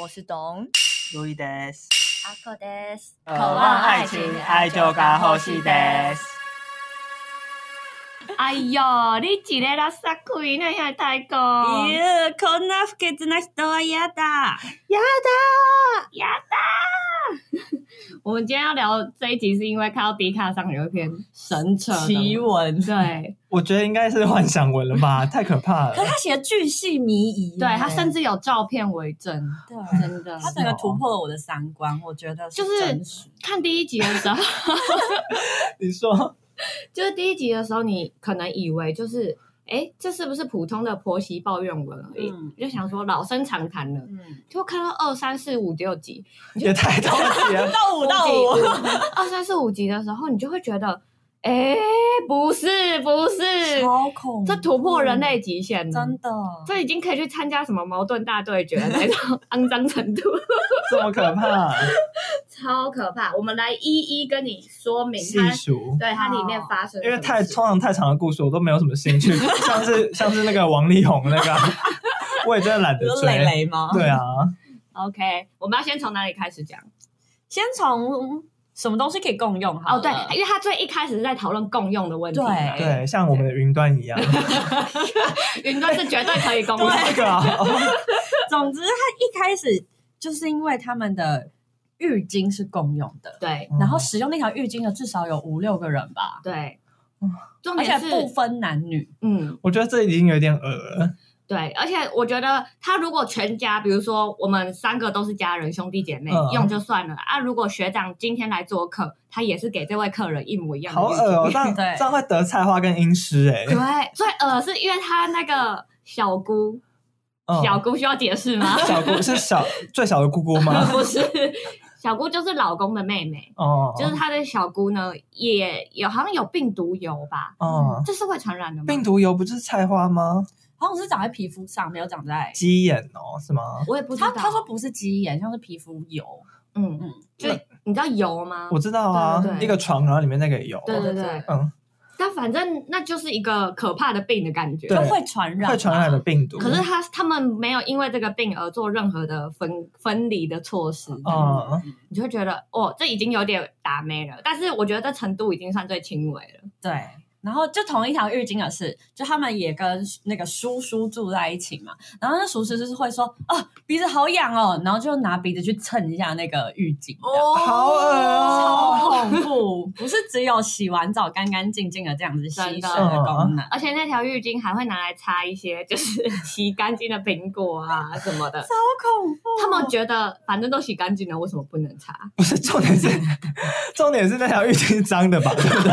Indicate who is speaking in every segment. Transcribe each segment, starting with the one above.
Speaker 1: 我是董
Speaker 2: 路易德斯，
Speaker 1: 阿克德斯，
Speaker 2: 渴望爱情，爱就该呼吸德斯。
Speaker 3: 哎哟，你一个垃圾鬼，那遐太
Speaker 4: 哦
Speaker 3: 高，
Speaker 4: え、こんな不潔な人は嫌だ。
Speaker 3: 呀哒！我们今天要聊这一集，是因为看到迪卡上有一篇神扯的
Speaker 4: 奇闻，
Speaker 3: 对
Speaker 2: 我觉得应该是幻想文了吧，太可怕了
Speaker 4: 可。是 他写的巨细靡遗耶，
Speaker 3: 对，他甚至有照片为证，
Speaker 4: 对
Speaker 3: 真的。
Speaker 4: 他整个突破了我的三观，我觉得
Speaker 3: 就是
Speaker 4: 真实。
Speaker 3: 看第一集的时候，
Speaker 2: 你说
Speaker 3: 就是第一集的时候，你可能以为就是，哎，这是不是普通的婆媳抱怨文而已？
Speaker 4: 嗯
Speaker 3: 就想说老生常谈了，
Speaker 4: 嗯，
Speaker 3: 就看到二三四五六集，
Speaker 2: 也太高级了，
Speaker 4: 到五到五，
Speaker 3: 二三四五集的时候，你就会觉得，哎，不是不是，
Speaker 4: 超恐怖，
Speaker 3: 这突破人类极限了，
Speaker 4: 真的。
Speaker 3: 这已经可以去参加什么矛盾大对决的那种肮脏程度，
Speaker 2: 这么可怕，
Speaker 3: 超可怕。我们来一一跟你说明
Speaker 2: 细
Speaker 3: 它，
Speaker 2: 数。
Speaker 3: 对它里面发生什么事，
Speaker 2: 因为太通常太长的故事我都没有什么兴趣，像是像是那个王力宏那个，我也真的懒
Speaker 4: 比
Speaker 2: 得
Speaker 4: 如说
Speaker 2: 追。
Speaker 4: 蕾蕾吗？
Speaker 2: 对啊，
Speaker 3: OK。我们要先从哪里开始讲？
Speaker 4: 先从什么东西可以共用好
Speaker 3: 哦，
Speaker 4: 了？
Speaker 3: 对，因为他最一开始是在讨论共用的问题，
Speaker 4: 对
Speaker 2: 对，像我们的云端一样。
Speaker 3: 云端是绝对可以共用
Speaker 2: 不。是这个啊，哦
Speaker 4: 总之他一开始就是因为他们的浴巾是共用的，
Speaker 3: 对
Speaker 4: 然后使用那条浴巾的至少有五六个人吧，
Speaker 3: 对
Speaker 2: 嗯，
Speaker 3: 重
Speaker 4: 而且
Speaker 3: 点是，
Speaker 4: 不分男女。
Speaker 3: 嗯，
Speaker 2: 我觉得这已经有点恶了。
Speaker 3: 对，而且我觉得他如果全家，比如说我们三个都是家人，兄弟姐妹、
Speaker 2: 嗯
Speaker 3: 用就算了啊。如果学长今天来做客，他也是给这位客人一模一样的
Speaker 2: 好
Speaker 3: 浴巾
Speaker 2: 恶哦，这样
Speaker 4: 对
Speaker 2: 这样会得菜花跟阴湿哎。
Speaker 3: 对，最恶是因为他那个小姑，
Speaker 2: 嗯
Speaker 3: 小姑需要解释 吗？
Speaker 2: 小姑是小最小的姑姑 吗？
Speaker 3: 不是，小姑就是老公的妹妹，
Speaker 2: 哦，
Speaker 3: 就是他的小姑呢，也有好像有病毒疣吧，
Speaker 2: 哦，
Speaker 3: 这是会传染的吗？
Speaker 2: 病毒疣不就是菜花吗？
Speaker 4: 好像是长在皮肤上，没有长在。
Speaker 2: 鸡眼哦，是吗？
Speaker 3: 我也不知
Speaker 4: 他
Speaker 3: 道。
Speaker 4: 他说不是鸡眼，像是皮肤油。
Speaker 3: 嗯嗯，就你知道疣吗？
Speaker 2: 我知道啊
Speaker 3: 对对，对
Speaker 2: 一个床，然后里面那个疣，
Speaker 3: 对对对，
Speaker 2: 嗯，
Speaker 3: 但反正那就是一个可怕的病的感觉
Speaker 2: 对。
Speaker 4: 就会传染，
Speaker 2: 会传染的。病毒。
Speaker 3: 可是他他们没有因为这个病而做任何的分分离的措施，
Speaker 2: 嗯，
Speaker 3: 你就会觉得哦，这已经有点打没了。但是我觉得这程度已经算最轻微了。
Speaker 4: 对，然后就同一条浴巾的事，就他们也跟那个叔叔住在一起嘛，然后那叔叔就是会说啊鼻子好痒哦，然后就拿鼻子去蹭一下那个浴巾。
Speaker 1: 哦
Speaker 2: 好恶哦，
Speaker 4: 超恐怖，不是只有洗完澡干干净净的这样子洗水的功能，
Speaker 3: 而且那条浴巾还会拿来擦一些就是洗干净的苹果啊什么的。
Speaker 4: 超恐怖。
Speaker 3: 他们觉得反正都洗干净了，为什么不能擦？
Speaker 2: 不是 重点是重点是那条浴巾是脏的吧？对不对？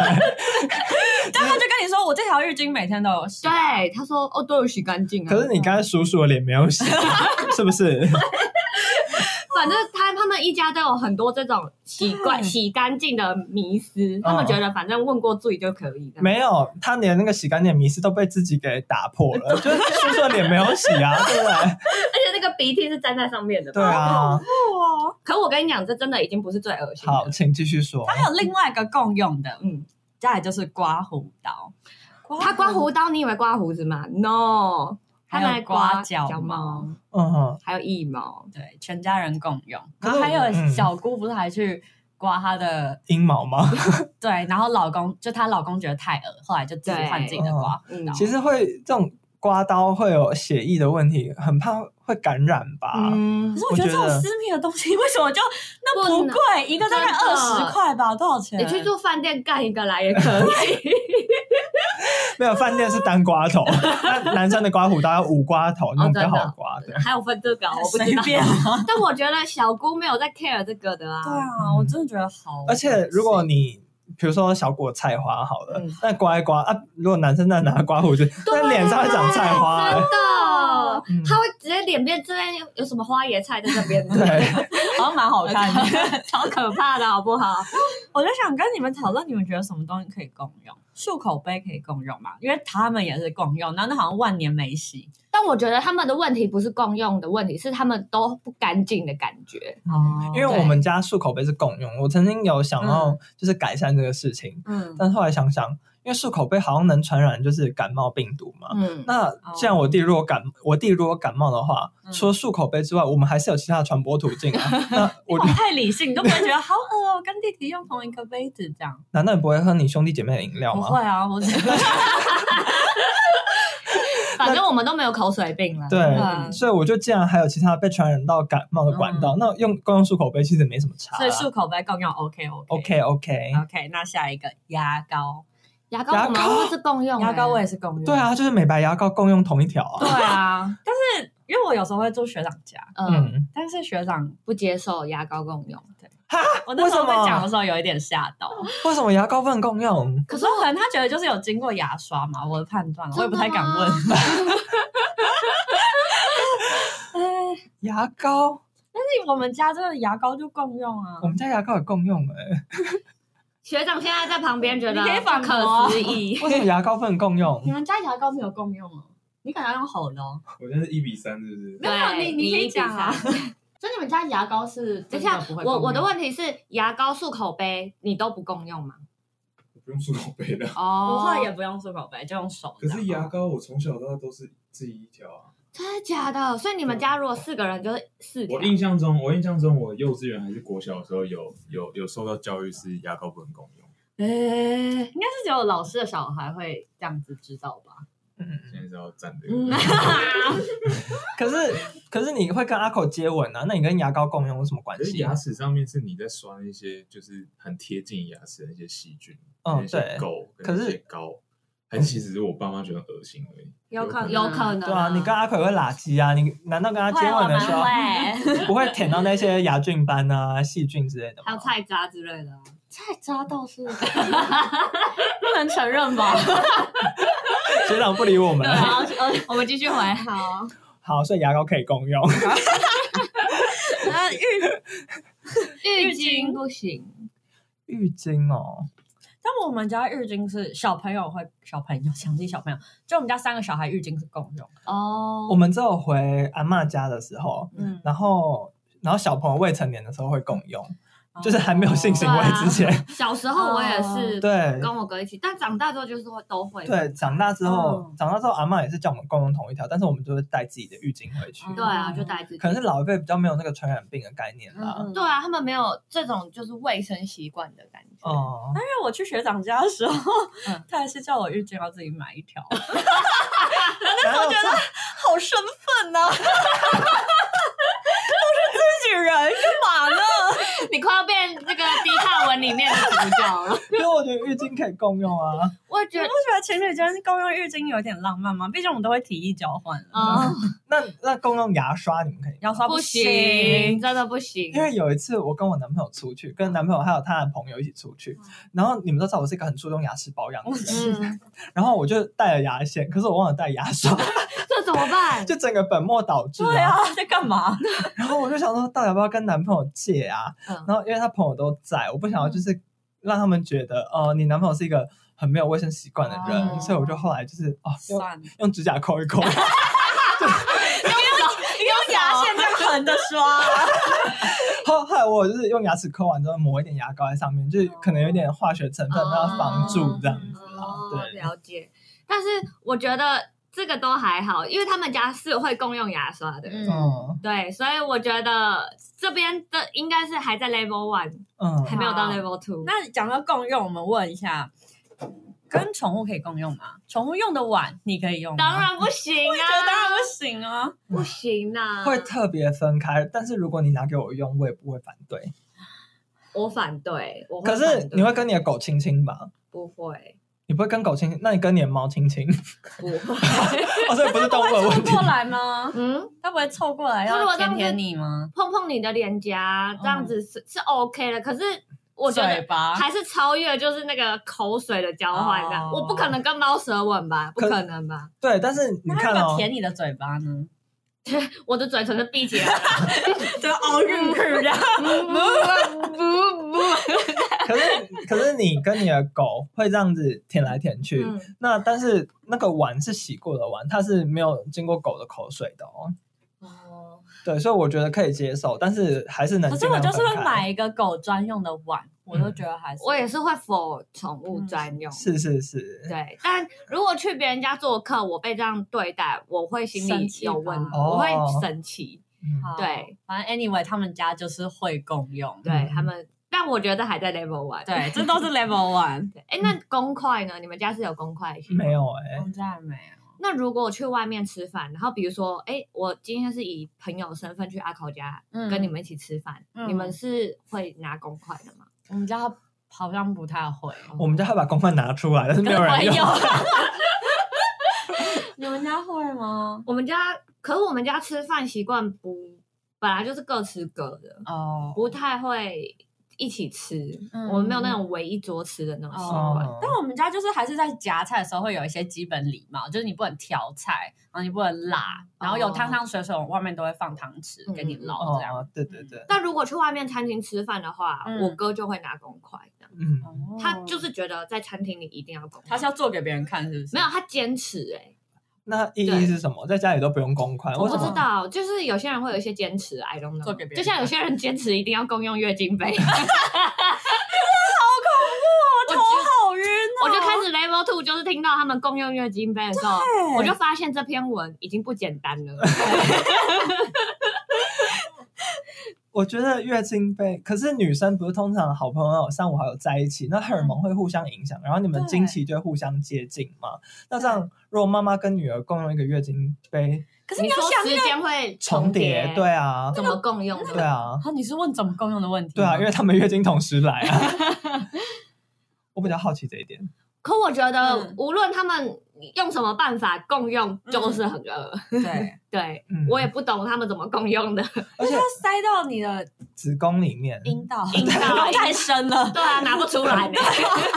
Speaker 4: 但他就跟你说，我这条浴巾每天都有洗啊，
Speaker 3: 对，他说哦，都有洗干净啊。
Speaker 2: 可是你刚才叔叔的脸没有洗， 是不 是？
Speaker 3: 反正他他们一家都有很多这种洗惯
Speaker 2: 嗯
Speaker 4: 对
Speaker 3: 洗干净的迷思，他们觉得反正问过罪就可以的。
Speaker 2: 没有，他连那个洗干净的迷思都被自己给打破了，就是叔叔的脸没有洗啊，对不对？
Speaker 3: 而且那个鼻涕是粘在上面的。
Speaker 2: 对。啊，
Speaker 3: 可我跟你讲，这真的已经不是最恶心的。
Speaker 2: 好，请继续说。
Speaker 4: 他还有另外一个共用的，
Speaker 3: 嗯，
Speaker 4: 再来就是刮胡刀，
Speaker 3: 他刮胡刀，你以为刮胡子吗？No，他
Speaker 4: 还有
Speaker 3: 拿来
Speaker 4: 刮
Speaker 3: 脚
Speaker 4: 脚
Speaker 3: 毛，
Speaker 2: 嗯哼，
Speaker 3: 还有腋毛。
Speaker 4: 对，全家人共用。
Speaker 2: 可
Speaker 4: 然后
Speaker 2: 是
Speaker 4: 还有
Speaker 2: 嗯
Speaker 4: 小姑不是还去刮她的
Speaker 2: 阴毛吗？
Speaker 4: 对，然后老公就她老公觉得太恶，后来就自己换自己的刮胡刀。
Speaker 3: 嗯
Speaker 2: 其实会这种刮刀会有血液的问题，很怕会感染吧？
Speaker 3: 嗯
Speaker 4: 可是我觉得这
Speaker 2: 我觉得
Speaker 4: 种私密的东西，为什么就那
Speaker 3: 不
Speaker 4: 不
Speaker 3: 能
Speaker 4: 贵？一个大概
Speaker 3: 真的
Speaker 4: 二十块吧，多少钱？
Speaker 3: 你去住饭店干一个来也可 以，
Speaker 2: 没有，饭店是单刮头，那男生的刮胡刀要五刮头，那种比较好刮的。
Speaker 3: 还有分这个啊，我不知
Speaker 4: 随
Speaker 3: 道。
Speaker 4: 便啊。
Speaker 3: 但我觉得小姑没有在 care 这个的啊。
Speaker 4: 对啊，我真的觉得好恶心。
Speaker 2: 而且如果你比如说小果菜花好了，那刮一刮啊，如果男生啊在拿刮胡子，那脸上会长菜花、
Speaker 3: 啊真
Speaker 2: 欸。
Speaker 3: 的，
Speaker 2: 嗯
Speaker 3: 啊他会直接脸变这边有什么花椰菜在这边，
Speaker 2: 对，
Speaker 4: 好像蛮好看的，
Speaker 3: 超可怕的好不好？
Speaker 4: 我就想跟你们讨论，你们觉得什么东西可以共用？漱口杯可以共用吗？因为他们也是共用，然后那好像万年没洗
Speaker 3: 但我觉得他们的问题不是共用的问题，是他们都不干净的感觉。
Speaker 4: 哦
Speaker 2: 因为我们家漱口杯是共用，我曾经有想要就是改善这个事情，
Speaker 4: 嗯
Speaker 2: 但后来想想，因为漱口杯好像能传染就是感冒病毒嘛。
Speaker 3: 嗯，
Speaker 2: 那像我弟如果感我弟如果感冒的话，
Speaker 4: 嗯
Speaker 2: 除了漱口杯之外，我们还是有其他的传播途径啊。那我
Speaker 4: 你好太理性，你都不会觉得好恶哦，跟弟弟用同一个杯子这样？
Speaker 2: 难道你不会喝你兄弟姐妹的饮料
Speaker 4: 不
Speaker 2: 吗？
Speaker 4: 会啊，我只
Speaker 3: 反正我们都没有口水病了。
Speaker 2: 对，
Speaker 4: 嗯
Speaker 2: 所以我就既然还有其他被传染到感冒的管道，那用共用漱口杯其实没什么差、啊。
Speaker 4: 所以漱口杯共用 OK OK
Speaker 2: OK OK，
Speaker 4: OK，那下一个牙膏，
Speaker 3: 牙膏我们
Speaker 2: 牙膏
Speaker 3: 不是共用、欸
Speaker 4: 牙膏我
Speaker 3: 味。
Speaker 4: 也是共用，
Speaker 2: 对，啊，就是美白牙膏共用同一条
Speaker 4: 对
Speaker 2: 啊。
Speaker 4: 啊，但是因为我有时候会住学长家，
Speaker 3: 嗯，
Speaker 2: 嗯，
Speaker 4: 但是学 长
Speaker 3: 不接受牙膏共用。
Speaker 2: 哈，
Speaker 4: 我那
Speaker 2: 为
Speaker 4: 时
Speaker 2: 什
Speaker 4: 候被讲
Speaker 2: 么
Speaker 4: 的？时候有一点吓到，
Speaker 2: 为什么牙膏不能共用？
Speaker 4: 可是可能他觉得就是有经过牙刷嘛，我的判断，我也不太敢问。
Speaker 3: 真
Speaker 2: 牙膏，
Speaker 4: 但是我们家这个牙膏就共用啊
Speaker 2: 我，们家牙膏也共用哎、
Speaker 3: 学长现在在旁边觉得
Speaker 4: 你可以反
Speaker 3: 不
Speaker 4: 驳
Speaker 3: 可思议。
Speaker 2: 为什么牙膏不能共 用
Speaker 4: 你？们家牙膏没有共用哦，你可能要用吼的哦。
Speaker 5: 我现在是一比三，是不是？
Speaker 4: 没有，
Speaker 3: 对
Speaker 4: 你你可以讲啊
Speaker 3: 你一。
Speaker 4: 所以你们家牙膏是
Speaker 3: 等
Speaker 4: 真
Speaker 3: 一下
Speaker 4: 的不，会共
Speaker 3: 我
Speaker 4: 用
Speaker 3: 我的问题是，牙膏、漱口杯你都不共用吗？
Speaker 5: 我不用漱口杯的。
Speaker 3: 哦
Speaker 4: 不会也不用漱口杯，就用手
Speaker 5: 可
Speaker 4: 这样。
Speaker 5: 是牙膏我从小到大都是自己一条啊。
Speaker 3: 真的假的？所以你们家如果四个人就是四条
Speaker 5: 我，印象中，我印象中，我幼稚园还是国小的时候有有有受到教育是牙膏不能共用，
Speaker 4: 诶，应该是只有老师的小孩会这样子知道吧？
Speaker 5: 现在是要站这个。
Speaker 4: 嗯，
Speaker 2: 嗯可是可是你会跟阿口接吻啊？那你跟牙膏共用有什么关
Speaker 5: 可是
Speaker 2: 系啊
Speaker 5: 牙？齿上面是你在刷那些就是很贴近牙齿的那些细菌，
Speaker 2: 嗯
Speaker 5: 那些垢，
Speaker 2: 对可是
Speaker 5: 那些膏，还是其实是我爸妈觉得很恶心而已。
Speaker 4: 有可能
Speaker 3: 有可能啊
Speaker 2: 对啊，你跟阿口也会拉鸡啊？你难道跟他接吻的时 候
Speaker 4: 会，啊
Speaker 2: 不会舔到那些牙菌斑啊、细菌之类的
Speaker 3: 还有
Speaker 2: 吗？
Speaker 3: 菜渣之类的啊。
Speaker 4: 菜渣倒是不能承认吧？
Speaker 2: 学长不理 我们了。
Speaker 4: 好，呃
Speaker 3: 我们继续回。
Speaker 4: 好，
Speaker 2: 好，所以牙膏可以共用。
Speaker 4: 那浴
Speaker 3: 浴
Speaker 4: 浴巾
Speaker 3: 巾不行，
Speaker 2: 浴巾哦，
Speaker 4: 但我们家浴巾是小朋友会，小朋友想起小朋友，就我们家三个小孩浴巾是共用的。
Speaker 3: 哦
Speaker 2: 我们只有回阿嬷家的时候，
Speaker 4: 嗯，
Speaker 2: 然后然后小朋友未成年的时候会共用，
Speaker 4: 哦
Speaker 2: 就是还没有性行为之前。
Speaker 3: 小时候我也是
Speaker 4: 哦
Speaker 2: 对
Speaker 3: 跟我哥一起，但长大之后就是会都会。
Speaker 2: 对，长大之后
Speaker 4: 哦，
Speaker 2: 长大之后阿嬷也是叫我们共用同一条，但是我们就会带自己的浴巾回
Speaker 4: 哦
Speaker 2: 去。
Speaker 3: 对啊，就带自己
Speaker 2: 可。能是老一辈比较没有那个传染病的概念啦。
Speaker 4: 嗯，
Speaker 3: 对啊，他们没有这种就是卫生习惯的感觉。
Speaker 2: 哦，
Speaker 4: 因为我去学长家的时候，
Speaker 3: 嗯
Speaker 4: 他还是叫我浴巾要自己买一条，
Speaker 2: 然后这
Speaker 4: 好生分呐、都是自己人，干嘛呢？
Speaker 3: 你快要变那个低卡文里面的主角了。
Speaker 2: 因为我觉得浴巾可以共用啊。
Speaker 3: 我也觉
Speaker 4: 你
Speaker 3: 得
Speaker 4: 不觉得情侣间共用浴巾有点浪漫吗？毕竟我们都会提议交换了。
Speaker 3: 啊，
Speaker 2: 那那共用牙刷你们可以吗，
Speaker 4: 牙刷
Speaker 3: 不行，
Speaker 4: 行，
Speaker 3: 真的不行
Speaker 2: 哦因。为有一次我跟我男朋友出去，跟男朋友还有他的朋友一起出去，然后你们都知道我是一个很注重牙齿保养的人，
Speaker 3: 嗯，
Speaker 2: 然后我就带了牙线，可是我忘了带牙刷，
Speaker 3: 这怎么办？
Speaker 2: 就整个本末倒置、
Speaker 4: 对啊，在干嘛？
Speaker 2: 然后我就想说，到底要不要跟男朋友借啊？
Speaker 3: 嗯
Speaker 2: 然后因为他朋友都在，我不想要就是让他们觉得，哦、你男朋友是一个很没有卫生习惯的人，
Speaker 3: 哦
Speaker 2: 所以我就后来就是哦，用
Speaker 4: 算了，
Speaker 2: 用指甲抠一 抠，
Speaker 4: 用牙线这样横着 刷，
Speaker 2: 后后来我就是用牙齿抠完之后抹一点牙膏在上面，就是可能有点化学成分
Speaker 3: 哦
Speaker 2: 让它防住这样子啦。
Speaker 3: 哦，
Speaker 2: 对，
Speaker 3: 了解。但是我觉得这个都还好，因为他们家是会共用牙刷的。
Speaker 2: 嗯嗯
Speaker 3: 对，所以我觉得这边的应该是还在 level one，还
Speaker 2: 嗯
Speaker 3: 没有到
Speaker 4: 好
Speaker 3: level two。
Speaker 4: 那讲到共用，我们问一下，跟宠物可以共用吗？宠物用的碗你可以用吗？
Speaker 3: 当，然不行啊，
Speaker 4: 当然不行啊。
Speaker 3: 不行啊，
Speaker 2: 会特别分开，但是如果你拿给我用，我也不会反对。
Speaker 3: 我反对，我
Speaker 2: 可
Speaker 3: 反
Speaker 2: 是
Speaker 3: 对
Speaker 2: 你会跟你的狗亲亲吧？
Speaker 3: 不会
Speaker 2: 你不会跟狗亲亲，那你跟你的猫亲亲？
Speaker 3: 不会？
Speaker 2: 哦，这不是动物的问
Speaker 4: 凑
Speaker 2: 题
Speaker 4: 过。来吗？
Speaker 3: 嗯，
Speaker 4: 它不会凑过来
Speaker 3: 它如
Speaker 4: 要
Speaker 3: 果这样
Speaker 4: 舔舔
Speaker 3: 子
Speaker 4: 你吗？
Speaker 3: 碰碰你的脸颊这样子
Speaker 2: 哦
Speaker 3: 是是 OK 的，可是我觉
Speaker 4: 嘴
Speaker 3: 得。
Speaker 4: 巴，
Speaker 3: 还是超越就是那个口水的交换这样，
Speaker 4: 啊哦
Speaker 3: 我不可能跟猫舌吻吧，不
Speaker 2: 可
Speaker 3: 可能吧？
Speaker 2: 对，但是你
Speaker 4: 那它
Speaker 2: 看
Speaker 4: 如
Speaker 2: 哦
Speaker 4: 果，舔你的嘴巴呢？
Speaker 3: 我的嘴唇是闭起来的，
Speaker 4: 就凹进去这样。
Speaker 3: 不不不，
Speaker 2: 可是可是你跟你的狗会这样子舔来舔去，
Speaker 3: 嗯
Speaker 2: 那但是那个碗是洗过的碗，它是没有经过狗的口水的哦。
Speaker 3: 哦，
Speaker 2: 对，所以我觉得可以接受，但是还是能
Speaker 4: 可是
Speaker 2: 尽
Speaker 4: 我
Speaker 2: 量
Speaker 4: 就
Speaker 2: 分
Speaker 4: 是
Speaker 2: 开。嗯
Speaker 4: 会买一个狗专用的碗，我都觉得还是
Speaker 3: 我也是会否宠物专
Speaker 4: 嗯
Speaker 3: 用。
Speaker 2: 是是是，
Speaker 3: 对，但如果去别人家做客，我被这样对待，我会心里
Speaker 4: 生气
Speaker 3: 有问
Speaker 4: 吧
Speaker 3: 题，我会
Speaker 2: 哦
Speaker 3: 生气。
Speaker 2: 嗯
Speaker 4: 好
Speaker 3: 对，
Speaker 4: 反正 anyway 他们家就是会共用，
Speaker 3: 对
Speaker 2: 嗯
Speaker 3: 他们，但我觉得还在 level one。
Speaker 4: 哦对，这都是 level one。
Speaker 3: 对，哎，那公筷呢？你们家是有公筷的习惯吗
Speaker 2: 没有哎
Speaker 4: 我，们家还没有，
Speaker 3: 那如果我去外面吃饭，然后比如说，哎，我今天是以朋友身份去阿考家、
Speaker 4: 嗯
Speaker 3: 跟你们一起吃饭，
Speaker 4: 嗯
Speaker 3: 你们是会拿公筷的吗？
Speaker 4: 我们家好像不太会，
Speaker 2: 我 们家会把公筷拿出来，但是没有人用。
Speaker 4: 你们家会吗？
Speaker 3: 我们家，可是我们家吃饭习惯不，本来就是各吃各的，
Speaker 4: 哦，
Speaker 3: 不太会一起吃。
Speaker 4: 嗯
Speaker 3: 我们没有那种围一桌吃的那种习惯。
Speaker 2: 哦
Speaker 4: 但我们家就是还是在夹菜的时候会有一些基本礼貌，就是你不能挑菜，然后你不能辣，然后有汤汤水水，我外面都会放汤匙给你捞这样。
Speaker 2: 哦，对对对，
Speaker 3: 但如果去外面餐厅吃饭的话，
Speaker 4: 嗯
Speaker 3: 我哥就会拿公筷的，
Speaker 2: 嗯，
Speaker 4: 哦
Speaker 3: 他就是觉得在餐厅里一定要公筷。
Speaker 4: 他是要做给别人看，是不是？
Speaker 3: 没有，他坚持哎、
Speaker 2: 那意义是什么？在家里都不用公筷，
Speaker 3: 我
Speaker 2: 为什
Speaker 3: 不知
Speaker 2: 么？
Speaker 3: 道，就是有些人会有一些坚持，I don't
Speaker 4: 做给
Speaker 3: know。
Speaker 4: 别人
Speaker 3: 就像有些人坚持一定要共用月经 杯，
Speaker 4: 我头好晕哦
Speaker 3: 我就开始 level two，就是听到他们共用月经杯的时候，我就发现这篇文已经不简单了。
Speaker 2: 我觉得月经杯，可是女生不是通常好朋友、上午好友在一起，那荷尔
Speaker 3: 嗯
Speaker 2: 蒙会互相影响，然后你们
Speaker 4: 对
Speaker 2: 经期就会互相接近嘛。那这样，如果妈妈跟女儿共用一个月经杯
Speaker 4: 可是
Speaker 3: 你
Speaker 4: 你要
Speaker 3: 说
Speaker 4: 想
Speaker 3: 时间会
Speaker 2: 重
Speaker 3: 叠，
Speaker 2: 叠，对，啊，
Speaker 3: 怎么共用
Speaker 2: 对
Speaker 3: 的？
Speaker 2: 啊，
Speaker 4: 啊，你是问怎么共用的问题
Speaker 2: 对
Speaker 4: 吗？
Speaker 2: 啊，因为他们月经同时来 啊。我比较好奇这一点，
Speaker 3: 可我觉得
Speaker 4: 嗯
Speaker 3: 无论他们用什么办法共用，就是很恶。
Speaker 4: 对，
Speaker 3: 对
Speaker 2: 嗯，
Speaker 3: 我也不懂他们怎么共用的。
Speaker 2: 而且
Speaker 4: 要塞到你的
Speaker 2: 子宫里面，
Speaker 4: 阴道，
Speaker 3: 阴道
Speaker 4: 太深 了。
Speaker 3: 对啊，拿不出来呢。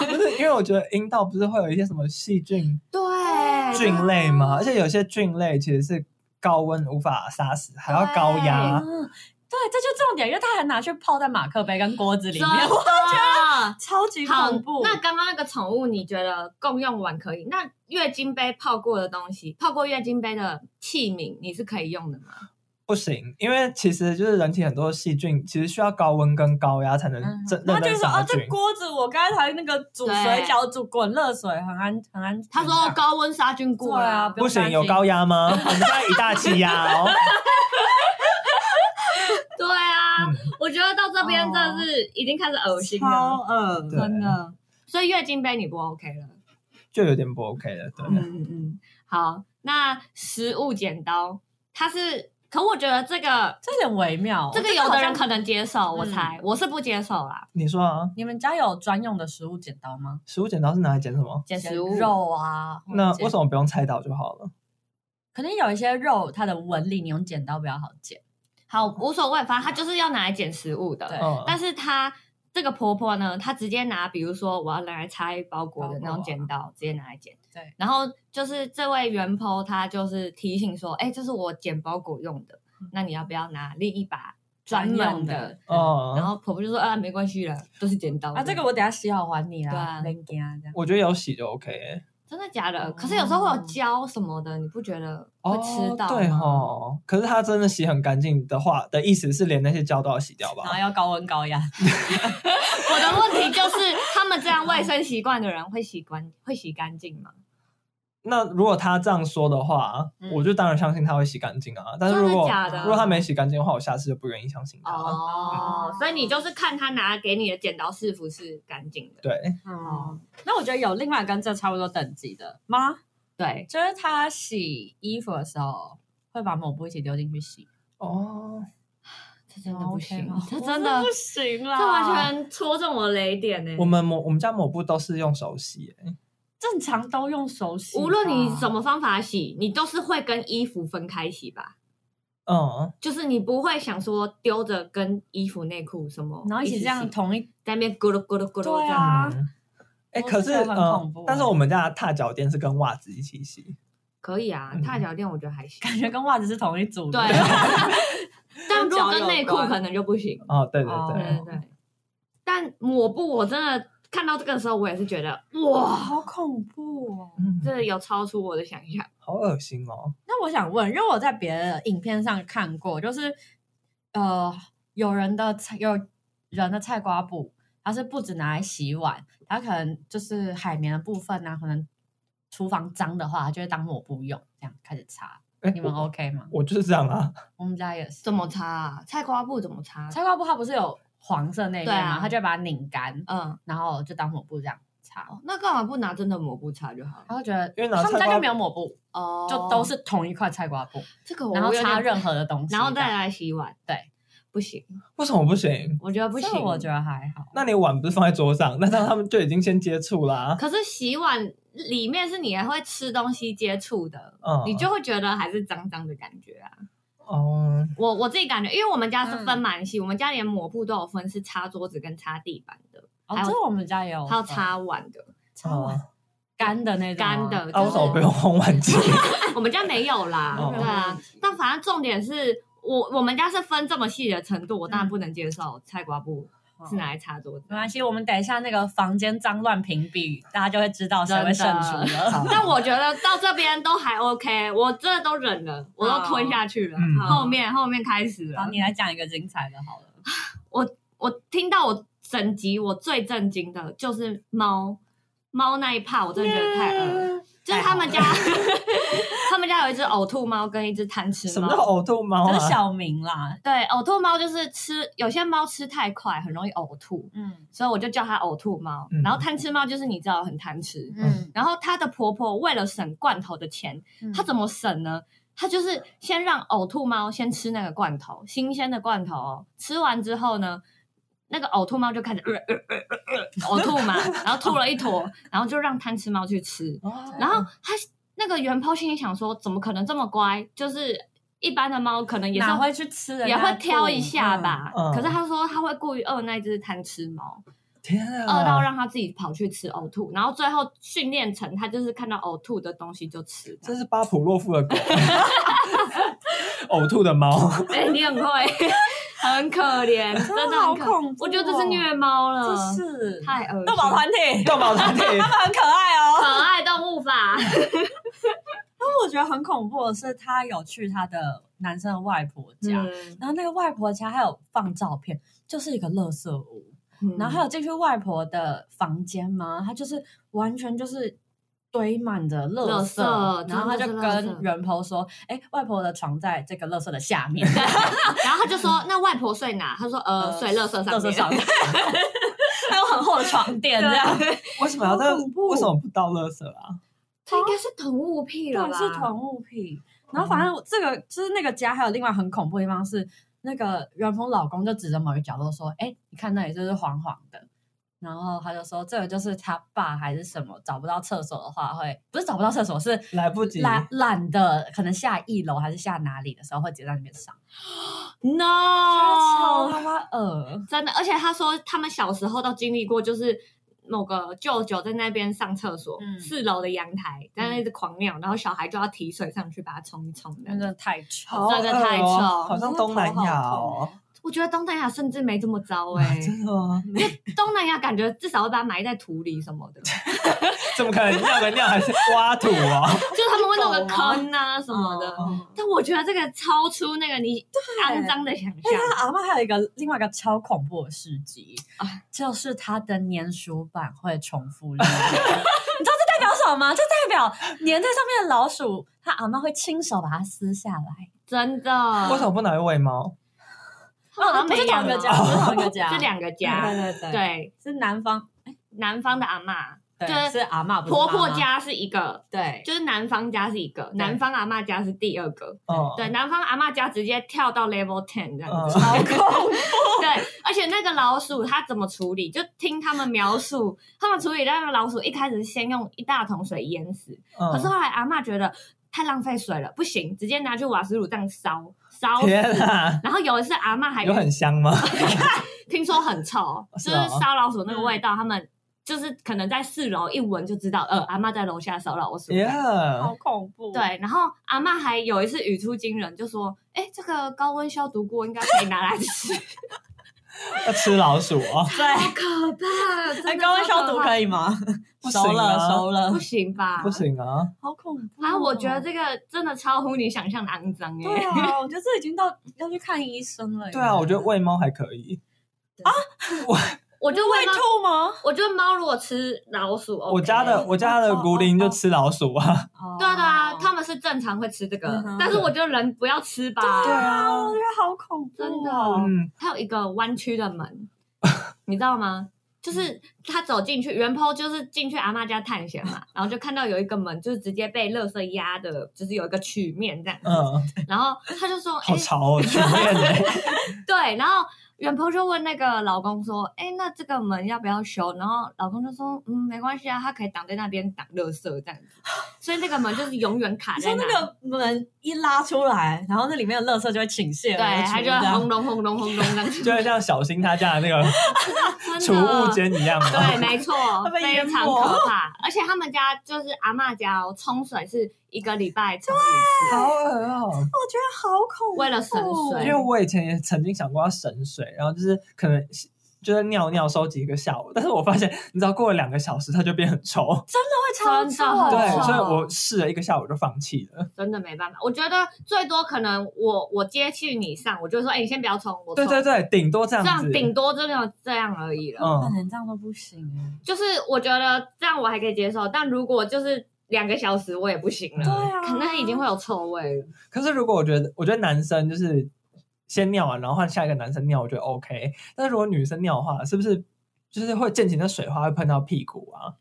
Speaker 2: 不是因为我觉得阴道不是会有一些什么细菌
Speaker 3: 哎对
Speaker 2: 菌类吗？而且有些菌类其实是高温无法杀死，还要高压。
Speaker 4: 嗯，对，这就重点，因为他还拿去泡在马克杯跟锅子里
Speaker 3: 真
Speaker 4: 面，
Speaker 3: 的。
Speaker 4: 超级
Speaker 3: 好
Speaker 4: 恐怖。，
Speaker 3: 那刚刚那个宠物，你觉得共用完可以？那月经杯泡过的东西，泡过月经杯的器皿，你是可以用的吗？
Speaker 2: 不行，因为其实就是人体很多细菌，其实需要高温跟高压才能
Speaker 4: 嗯
Speaker 2: 真
Speaker 4: 他
Speaker 2: 认
Speaker 4: 就
Speaker 2: 真
Speaker 4: 说
Speaker 2: 杀
Speaker 4: 哦，
Speaker 2: 菌
Speaker 4: 这。锅子我刚才那个煮水饺煮滚热水，很安很安。
Speaker 3: 他说
Speaker 4: 哦
Speaker 3: 高温杀菌过
Speaker 4: 对啊
Speaker 3: 了，
Speaker 2: 不行，
Speaker 4: 用担心
Speaker 2: 有高压吗？我们现在一大气压哦。
Speaker 3: 对啊，
Speaker 2: 嗯，
Speaker 3: 我觉得到这边
Speaker 4: 哦
Speaker 3: 真的是已经开始恶心
Speaker 4: 超
Speaker 3: 了，
Speaker 4: 恶，
Speaker 2: 对
Speaker 4: 真的。
Speaker 3: 所以月经杯你不 OK 了。
Speaker 2: 就有点不 OK 了。对，
Speaker 3: 嗯嗯嗯，好，那食物剪刀，它是，可我觉得这个
Speaker 4: 这有点微妙哦，
Speaker 3: 这个嗯
Speaker 4: 好
Speaker 3: 有的人
Speaker 4: 像
Speaker 3: 可能接受，我猜我是不接受啦，
Speaker 2: 你说啊，
Speaker 4: 你们家有专用的食物剪刀吗？
Speaker 2: 食物剪刀是拿来剪什么？
Speaker 3: 剪食物
Speaker 4: 肉啊，
Speaker 2: 那
Speaker 4: 或者
Speaker 2: 为什么不用菜刀就好了？
Speaker 4: 可能有一些肉它的纹理，你用剪刀比较好剪。
Speaker 3: 好，无所谓，反正他就是要拿来捡食物的
Speaker 4: 对。
Speaker 2: 嗯，
Speaker 3: 但是她这个婆婆呢，她直接拿，比如说我要拿来拆包裹啊的那种剪刀，直接拿来剪。
Speaker 4: 对，
Speaker 3: 然后就是这位原 po 她就是提醒说，哎、这是我剪包裹用的，那你要不要拿另一把嗯专门
Speaker 4: 用
Speaker 3: 的？然
Speaker 2: 哦，
Speaker 3: 后婆婆就说，啊，没关系了，都是剪刀
Speaker 4: 啊，这个我等一下洗好还你
Speaker 3: 对
Speaker 4: 啦，
Speaker 3: 啊
Speaker 4: 没给啊这样。
Speaker 2: 我觉得有洗就 OK 欸。
Speaker 3: 真的假的？
Speaker 4: 哦
Speaker 3: 可是有时候会有胶什么的，你不觉得会
Speaker 2: 哦，
Speaker 3: 吃到吗？
Speaker 2: 对哦，可是它真的洗很干净的话，的意思是连那些胶都要洗掉吧
Speaker 4: 然？后要高温高压，
Speaker 3: 我的问题就是，他们这样卫生习惯的 人会洗干会洗干净吗？
Speaker 2: 那如果他这样说的话，
Speaker 4: 嗯
Speaker 2: 我就当然相信他会洗干净啊。但是
Speaker 3: 真的
Speaker 2: 如果
Speaker 3: 假的
Speaker 2: 如果他没洗干净的话，我下次就不愿意相信他。了。
Speaker 3: 哦，所以你就是看他拿给你的剪刀是不是干净的。
Speaker 2: 对，
Speaker 3: 哦
Speaker 4: 那我觉得有另外跟这差不多等级的吗？
Speaker 3: 对，
Speaker 4: 就是他洗衣服的时候会把抹布一起丢进去洗，
Speaker 2: 哦，
Speaker 3: 这真的不行
Speaker 4: 哦
Speaker 3: 啊
Speaker 4: OK 吗，
Speaker 3: 这真
Speaker 4: 我
Speaker 3: 的
Speaker 4: 不，行啦，
Speaker 3: 这完全戳中我雷点欸呢。
Speaker 2: 我们抹我们家抹布都是用手洗、欸，
Speaker 4: 正常都用手洗吧，
Speaker 3: 无论你什么方法洗，你都是会跟衣服分开洗吧？
Speaker 2: 嗯，
Speaker 3: 就是你不会想说丢着跟衣服、内裤什么，
Speaker 4: 然后一起这样
Speaker 3: 洗
Speaker 4: 同一
Speaker 3: 在那边咕噜咕噜咕噜
Speaker 4: 对
Speaker 3: 这样。
Speaker 4: 啊
Speaker 2: 嗯哎、
Speaker 4: 我
Speaker 2: 可
Speaker 4: 是
Speaker 2: 是
Speaker 4: 觉得很
Speaker 2: 嗯
Speaker 4: 恐怖，
Speaker 2: 但是
Speaker 4: 欸
Speaker 2: 我们家的踏脚垫是跟袜子一起洗，
Speaker 3: 可以啊，
Speaker 2: 嗯
Speaker 3: 踏脚垫我觉得还行。
Speaker 4: 感觉跟袜子是同一组
Speaker 3: 对
Speaker 4: 的，，
Speaker 3: 但如果
Speaker 4: 跟脚有
Speaker 3: 跟内裤
Speaker 4: 关
Speaker 3: 可能就不行。
Speaker 2: 哦，对对
Speaker 4: 哦
Speaker 3: 对
Speaker 2: 对，
Speaker 3: 对对，但抹布我真的看到这个的时候，我也是觉得哇，
Speaker 4: 好恐怖哦。
Speaker 2: 嗯，
Speaker 3: 这有超出我的想象。
Speaker 2: 好恶心哦，
Speaker 4: 那我想问，因为我在别的影片上看过，就是呃，有人的菜有人的菜瓜布它是不止拿来洗碗，它可能就是海绵的部分啊，可能厨房脏的话，它就会当抹布用，这样开始擦。
Speaker 2: 哎
Speaker 4: 你们
Speaker 2: 我
Speaker 4: OK 吗？
Speaker 2: 我就是这样啊，
Speaker 4: 我们家也是。
Speaker 3: 怎么擦啊？菜瓜布怎么擦？
Speaker 4: 菜瓜布它不是有黄色那一面
Speaker 3: 对啊
Speaker 4: 吗？它就会把它拧干，
Speaker 3: 嗯，
Speaker 4: 然后就当抹布这样擦。
Speaker 3: 哦那干嘛不拿真的抹布擦就好了？
Speaker 4: 他会觉得，
Speaker 2: 因为拿
Speaker 4: 他们家
Speaker 2: 菜瓜
Speaker 4: 就没有抹布，
Speaker 3: 哦
Speaker 4: 就都是同一块菜瓜布，
Speaker 3: 这个我
Speaker 4: 然后
Speaker 3: 有点
Speaker 4: 擦任何的东西，
Speaker 3: 然后再来洗碗。嗯
Speaker 4: 对，
Speaker 3: 不行，
Speaker 2: 为什么不行？
Speaker 3: 我觉得不
Speaker 4: 不
Speaker 3: 行。
Speaker 4: 行，我觉得还好。
Speaker 2: 那你碗不是放在桌上，那这样他们就已经先接触啦、
Speaker 3: 可是洗碗里面是你还会吃东西接触的，
Speaker 2: 嗯，
Speaker 3: 你就会觉得还是脏脏的感觉啊。
Speaker 2: 哦，
Speaker 3: 我我自己感觉，因为我们家
Speaker 4: 嗯
Speaker 3: 是分蛮细，我们家连抹布都有分，是擦桌子跟擦地板的，
Speaker 4: 哦，
Speaker 3: 还有
Speaker 4: 这我们家也有，
Speaker 3: 还有擦碗的，
Speaker 4: 擦完干的那种啊
Speaker 3: 干，的。
Speaker 2: 啊，
Speaker 3: 就
Speaker 2: 为
Speaker 3: 是
Speaker 2: 什么不用烘碗机？
Speaker 3: 我们家没有啦，
Speaker 2: 哦
Speaker 3: 对啊。但反正重点是我我们家是分这么细的程度，我当然不能接受菜瓜布
Speaker 4: 嗯哦
Speaker 3: 是拿来擦桌子。
Speaker 4: 没关系，我们等一下那个房间脏乱评比，大家就会知道谁会胜出
Speaker 3: 真
Speaker 4: 了。
Speaker 3: 但我觉得到这边都还 OK，我真的都忍了，我
Speaker 4: 哦
Speaker 3: 都吞下去了。
Speaker 2: 嗯
Speaker 3: 后面后面开始了
Speaker 4: 好，，你来讲一个精彩的好了。
Speaker 3: 我听到我整集我最震惊的就是猫猫那一趴，我真的觉得太恶了。就是他们家， 他们家有一只呕吐猫跟一只贪吃
Speaker 2: 什么叫
Speaker 3: 猫。
Speaker 2: 呕吐猫
Speaker 4: 这是
Speaker 2: 啊？
Speaker 4: 小明啦，
Speaker 3: 对，呕吐猫就是吃，有些猫吃太快很容易呕吐，
Speaker 4: 嗯
Speaker 3: 所以我就叫它呕吐猫。
Speaker 2: 嗯
Speaker 3: 然后贪吃猫就是你知道很贪吃，
Speaker 4: 嗯，
Speaker 3: 然后她的婆婆为了省罐头的钱，她嗯怎么省呢？她就是先让呕吐猫先吃那个罐头，新鲜的罐头、哦，吃完之后呢，那个呕吐猫就开始呃呃 呃呃呃呕吐嘛，然后吐了一坨，然后就让贪吃猫去吃，
Speaker 4: 啊
Speaker 3: 然后她那个原抛心里想说，怎么可能这么乖？就是一般的猫可能也是
Speaker 4: 嗯哪会去吃人家
Speaker 3: 也会挑一下
Speaker 4: 吐？
Speaker 3: 吧，
Speaker 2: 嗯嗯
Speaker 3: 可是她说她会故意饿那只贪吃猫，
Speaker 2: 天
Speaker 4: 嗯
Speaker 3: 饿到
Speaker 2: 啊！
Speaker 3: 让他自己跑去吃呕吐，然后最后训练成他就是看到呕吐的东西就吃。
Speaker 2: 真是巴甫洛夫的狗， 呕吐的猫，
Speaker 3: 哎、你很会，很可怜，真的很可
Speaker 4: 好恐怖哦
Speaker 3: 我觉得这是虐猫了，
Speaker 4: 这是
Speaker 3: 太恶心。
Speaker 4: 动保团体，
Speaker 2: 动保团体。
Speaker 4: 他们很可爱哦。
Speaker 3: 可爱动物法，
Speaker 4: 我觉得很恐怖的是，他有去他的男生的外婆家，
Speaker 3: 嗯
Speaker 4: 然后那个外婆家还有放照片，就是一个垃圾屋。
Speaker 3: 嗯
Speaker 4: 然后还有进去外婆的房间嘛，他就是完全就是堆满着垃圾，
Speaker 3: 垃圾
Speaker 4: 然后他就
Speaker 3: 真的是垃圾
Speaker 4: 跟袁婆说：“哎、外婆的床在这个垃圾的下 面，
Speaker 3: 然后他就说：“那外婆睡哪？”他说：“呃，睡垃圾上面。
Speaker 4: 垃圾上面， 还有很厚的床垫这样。”
Speaker 2: 为什么要这样？
Speaker 4: 好恐怖
Speaker 2: 为什么不倒垃圾啊？
Speaker 3: 这应该是囤物癖了
Speaker 4: 对，啊
Speaker 3: 吧？
Speaker 4: 是囤物癖。然后反
Speaker 2: 嗯
Speaker 4: 正这个就是那个家，还有另外很恐怖的地方是，那个袁峰老公就指着某一角落说：“哎、你看那里就是黄黄的。”然后他就说：“这个就是他爸还是什么找不到厕所的话会，不是找不到厕所，是
Speaker 2: 来不及，
Speaker 4: 懒懒的，可能下一楼还是下哪里的时候会直接在那边上。
Speaker 2: 哦
Speaker 4: 超
Speaker 3: ，no，
Speaker 4: 他妈恶，
Speaker 3: 真的。而且他说他们小时候都经历过，就是某个舅舅在那边上厕所，
Speaker 4: 嗯
Speaker 3: 四楼的阳台在那一直狂尿，然后小孩就要提水上去把它冲一冲
Speaker 4: 真
Speaker 3: 的。
Speaker 4: 的太丑。
Speaker 2: 好
Speaker 3: 这个太
Speaker 2: 恶哦
Speaker 3: 丑
Speaker 2: 好像东南亚哦，
Speaker 3: 我觉得东南亚甚至没这么糟哎、
Speaker 2: 真的吗？
Speaker 3: 东南亚感觉至少会把它埋在土里什么的， 就
Speaker 2: 怎么可能尿个尿还是挖土啊？
Speaker 3: 是他们会弄个坑啊什么的。
Speaker 4: 嗯
Speaker 2: 哦
Speaker 3: 但我觉得这个超出那个你肮脏的想象。
Speaker 4: 他阿妈还有一个另外一个超恐怖的事迹，
Speaker 3: 啊
Speaker 4: 就是他的粘鼠板会重复利用。 你知道这代表什么吗？这代表粘在上面的老鼠，他阿妈会亲手把它撕下来。
Speaker 3: 真的，
Speaker 4: 嗯
Speaker 2: 为什么不拿去喂猫？
Speaker 3: 好像
Speaker 4: 啊不是
Speaker 3: 没养
Speaker 4: 同一个家，
Speaker 3: 哦
Speaker 4: 不是同一个家，
Speaker 3: 是两个
Speaker 4: 对
Speaker 3: 家？
Speaker 4: 对对，
Speaker 3: 对，
Speaker 4: 是南方，
Speaker 3: 南方的阿嬷，对
Speaker 4: 对，是阿妈
Speaker 3: 婆婆，家是一个，
Speaker 4: 对，
Speaker 3: 就是南方家是一个，南方阿嬷家是第二个。
Speaker 2: 哦，
Speaker 3: 对，南方阿嬷家直接跳到 level ten 这样子。
Speaker 2: 嗯，
Speaker 3: 对，而且那个老鼠它怎么处理？就听他们描述，他们处理那个老鼠一开始是先用一大桶水淹死，可是
Speaker 2: 嗯
Speaker 3: 后来阿嬷觉得太浪费水了，不行，直接拿去瓦斯炉这样烧烧死。
Speaker 2: 天啊，
Speaker 3: 然后有一次阿嬷还
Speaker 2: 有很香 吗？
Speaker 3: 听说很臭，就
Speaker 2: 是
Speaker 3: 是
Speaker 2: 哦
Speaker 3: 烧老鼠那个味道，他们。就是可能在四楼一闻就知道，呃，阿嬷在楼下烧老鼠。
Speaker 2: 耶！
Speaker 4: 好恐怖。，
Speaker 3: 对，然后阿嬷还有一次语出惊人，就说：“哎、这个高温消毒锅应该可以拿来吃。
Speaker 2: 要吃老鼠哦
Speaker 4: 对，”
Speaker 3: 可怕！真
Speaker 4: 那
Speaker 3: 的
Speaker 4: 高温
Speaker 3: 超
Speaker 4: 消毒
Speaker 3: 怕
Speaker 4: 可以吗？
Speaker 2: 不行啊
Speaker 4: 熟了，熟了
Speaker 3: 不，行吧？
Speaker 2: 不。行啊，
Speaker 4: 好恐怖
Speaker 3: 反正我觉得
Speaker 4: 这。
Speaker 3: 这个真的超乎你想象的肮脏哎、
Speaker 4: 对啊，我觉得这已经到要去看医生了耶。
Speaker 2: 对啊，我觉得喂猫还可以啊，
Speaker 3: 我就喂猫，
Speaker 4: 吐吗？
Speaker 3: 我觉得猫如果吃老鼠，OK，哦
Speaker 2: 我家的我家的古灵就吃老鼠啊，
Speaker 3: 对啊对啊，他们是正常会吃这个，
Speaker 4: 哦嗯哼
Speaker 3: 但是我觉得人不要吃吧。
Speaker 2: 对啊，
Speaker 4: 我觉得好恐怖哦，
Speaker 3: 真的
Speaker 2: 嗯，
Speaker 3: 还有一个弯曲的 门，你知道吗？就是
Speaker 4: 嗯
Speaker 3: 他走进去，原抛就是进去阿妈家探险 嘛，然后就看到有一个门，就是直接被垃圾压的，就是有一个曲面这样。
Speaker 2: 嗯，
Speaker 3: 然后他就说：“哎、
Speaker 2: 好潮哦，曲面欸
Speaker 3: 对。”然后原抛就问那个老公说：“哎、那这个门要不要修？”然后老公就说：“嗯，没关系啊，他可以挡在那边挡垃圾这样子。”所以那个门就是永远卡
Speaker 4: 你
Speaker 3: 在
Speaker 4: 说
Speaker 3: 那。
Speaker 4: 那个门一拉出来，然后那里面的垃圾就会倾泻
Speaker 3: 对，
Speaker 4: 而出
Speaker 3: 他就
Speaker 4: 这样
Speaker 3: 轰隆轰隆轰隆这样子，
Speaker 2: 就会像小新他家的那个
Speaker 3: 真的
Speaker 2: 储物间一样嘛。
Speaker 3: 对，没错，
Speaker 4: 被
Speaker 3: 非
Speaker 4: 淹没
Speaker 3: 常可怕。而且他们家就是阿嬷家哦，冲水是一个礼拜冲一次，
Speaker 2: 好恶哦！
Speaker 4: 我觉得好恐怖，
Speaker 3: 为了省水
Speaker 2: 因为我以前也曾经想过要省水，然后就是可能就是尿尿收集一个下午，但是我发现你知道过了两个小时它就变很臭，
Speaker 4: 会超
Speaker 3: 真
Speaker 4: 臭
Speaker 3: 的很
Speaker 2: 对，
Speaker 3: 哦
Speaker 2: 所以我试了一个下午就放弃了。
Speaker 3: 真的没办法。我觉得最多可能我我接去你上，我就说，哎，你先不要冲，我
Speaker 2: 对
Speaker 3: 冲。
Speaker 2: 对对，顶多这
Speaker 3: 这
Speaker 2: 样
Speaker 3: 样
Speaker 2: 子，
Speaker 3: 顶多真的这样而已
Speaker 4: 哦
Speaker 3: 了。
Speaker 2: 嗯，
Speaker 4: 连这样都不行哎。
Speaker 3: 就是我觉得这样我还可以接受，但如果就是两个小时，我也不行了，
Speaker 4: 对啊
Speaker 3: 可能已经会有臭味了。
Speaker 2: 可是如果我觉得，我觉得男生就是先尿完，然后换下一个男生尿，我觉得 OK。但是如果女生尿的话，是不是就是会溅起那水花会喷到屁股啊？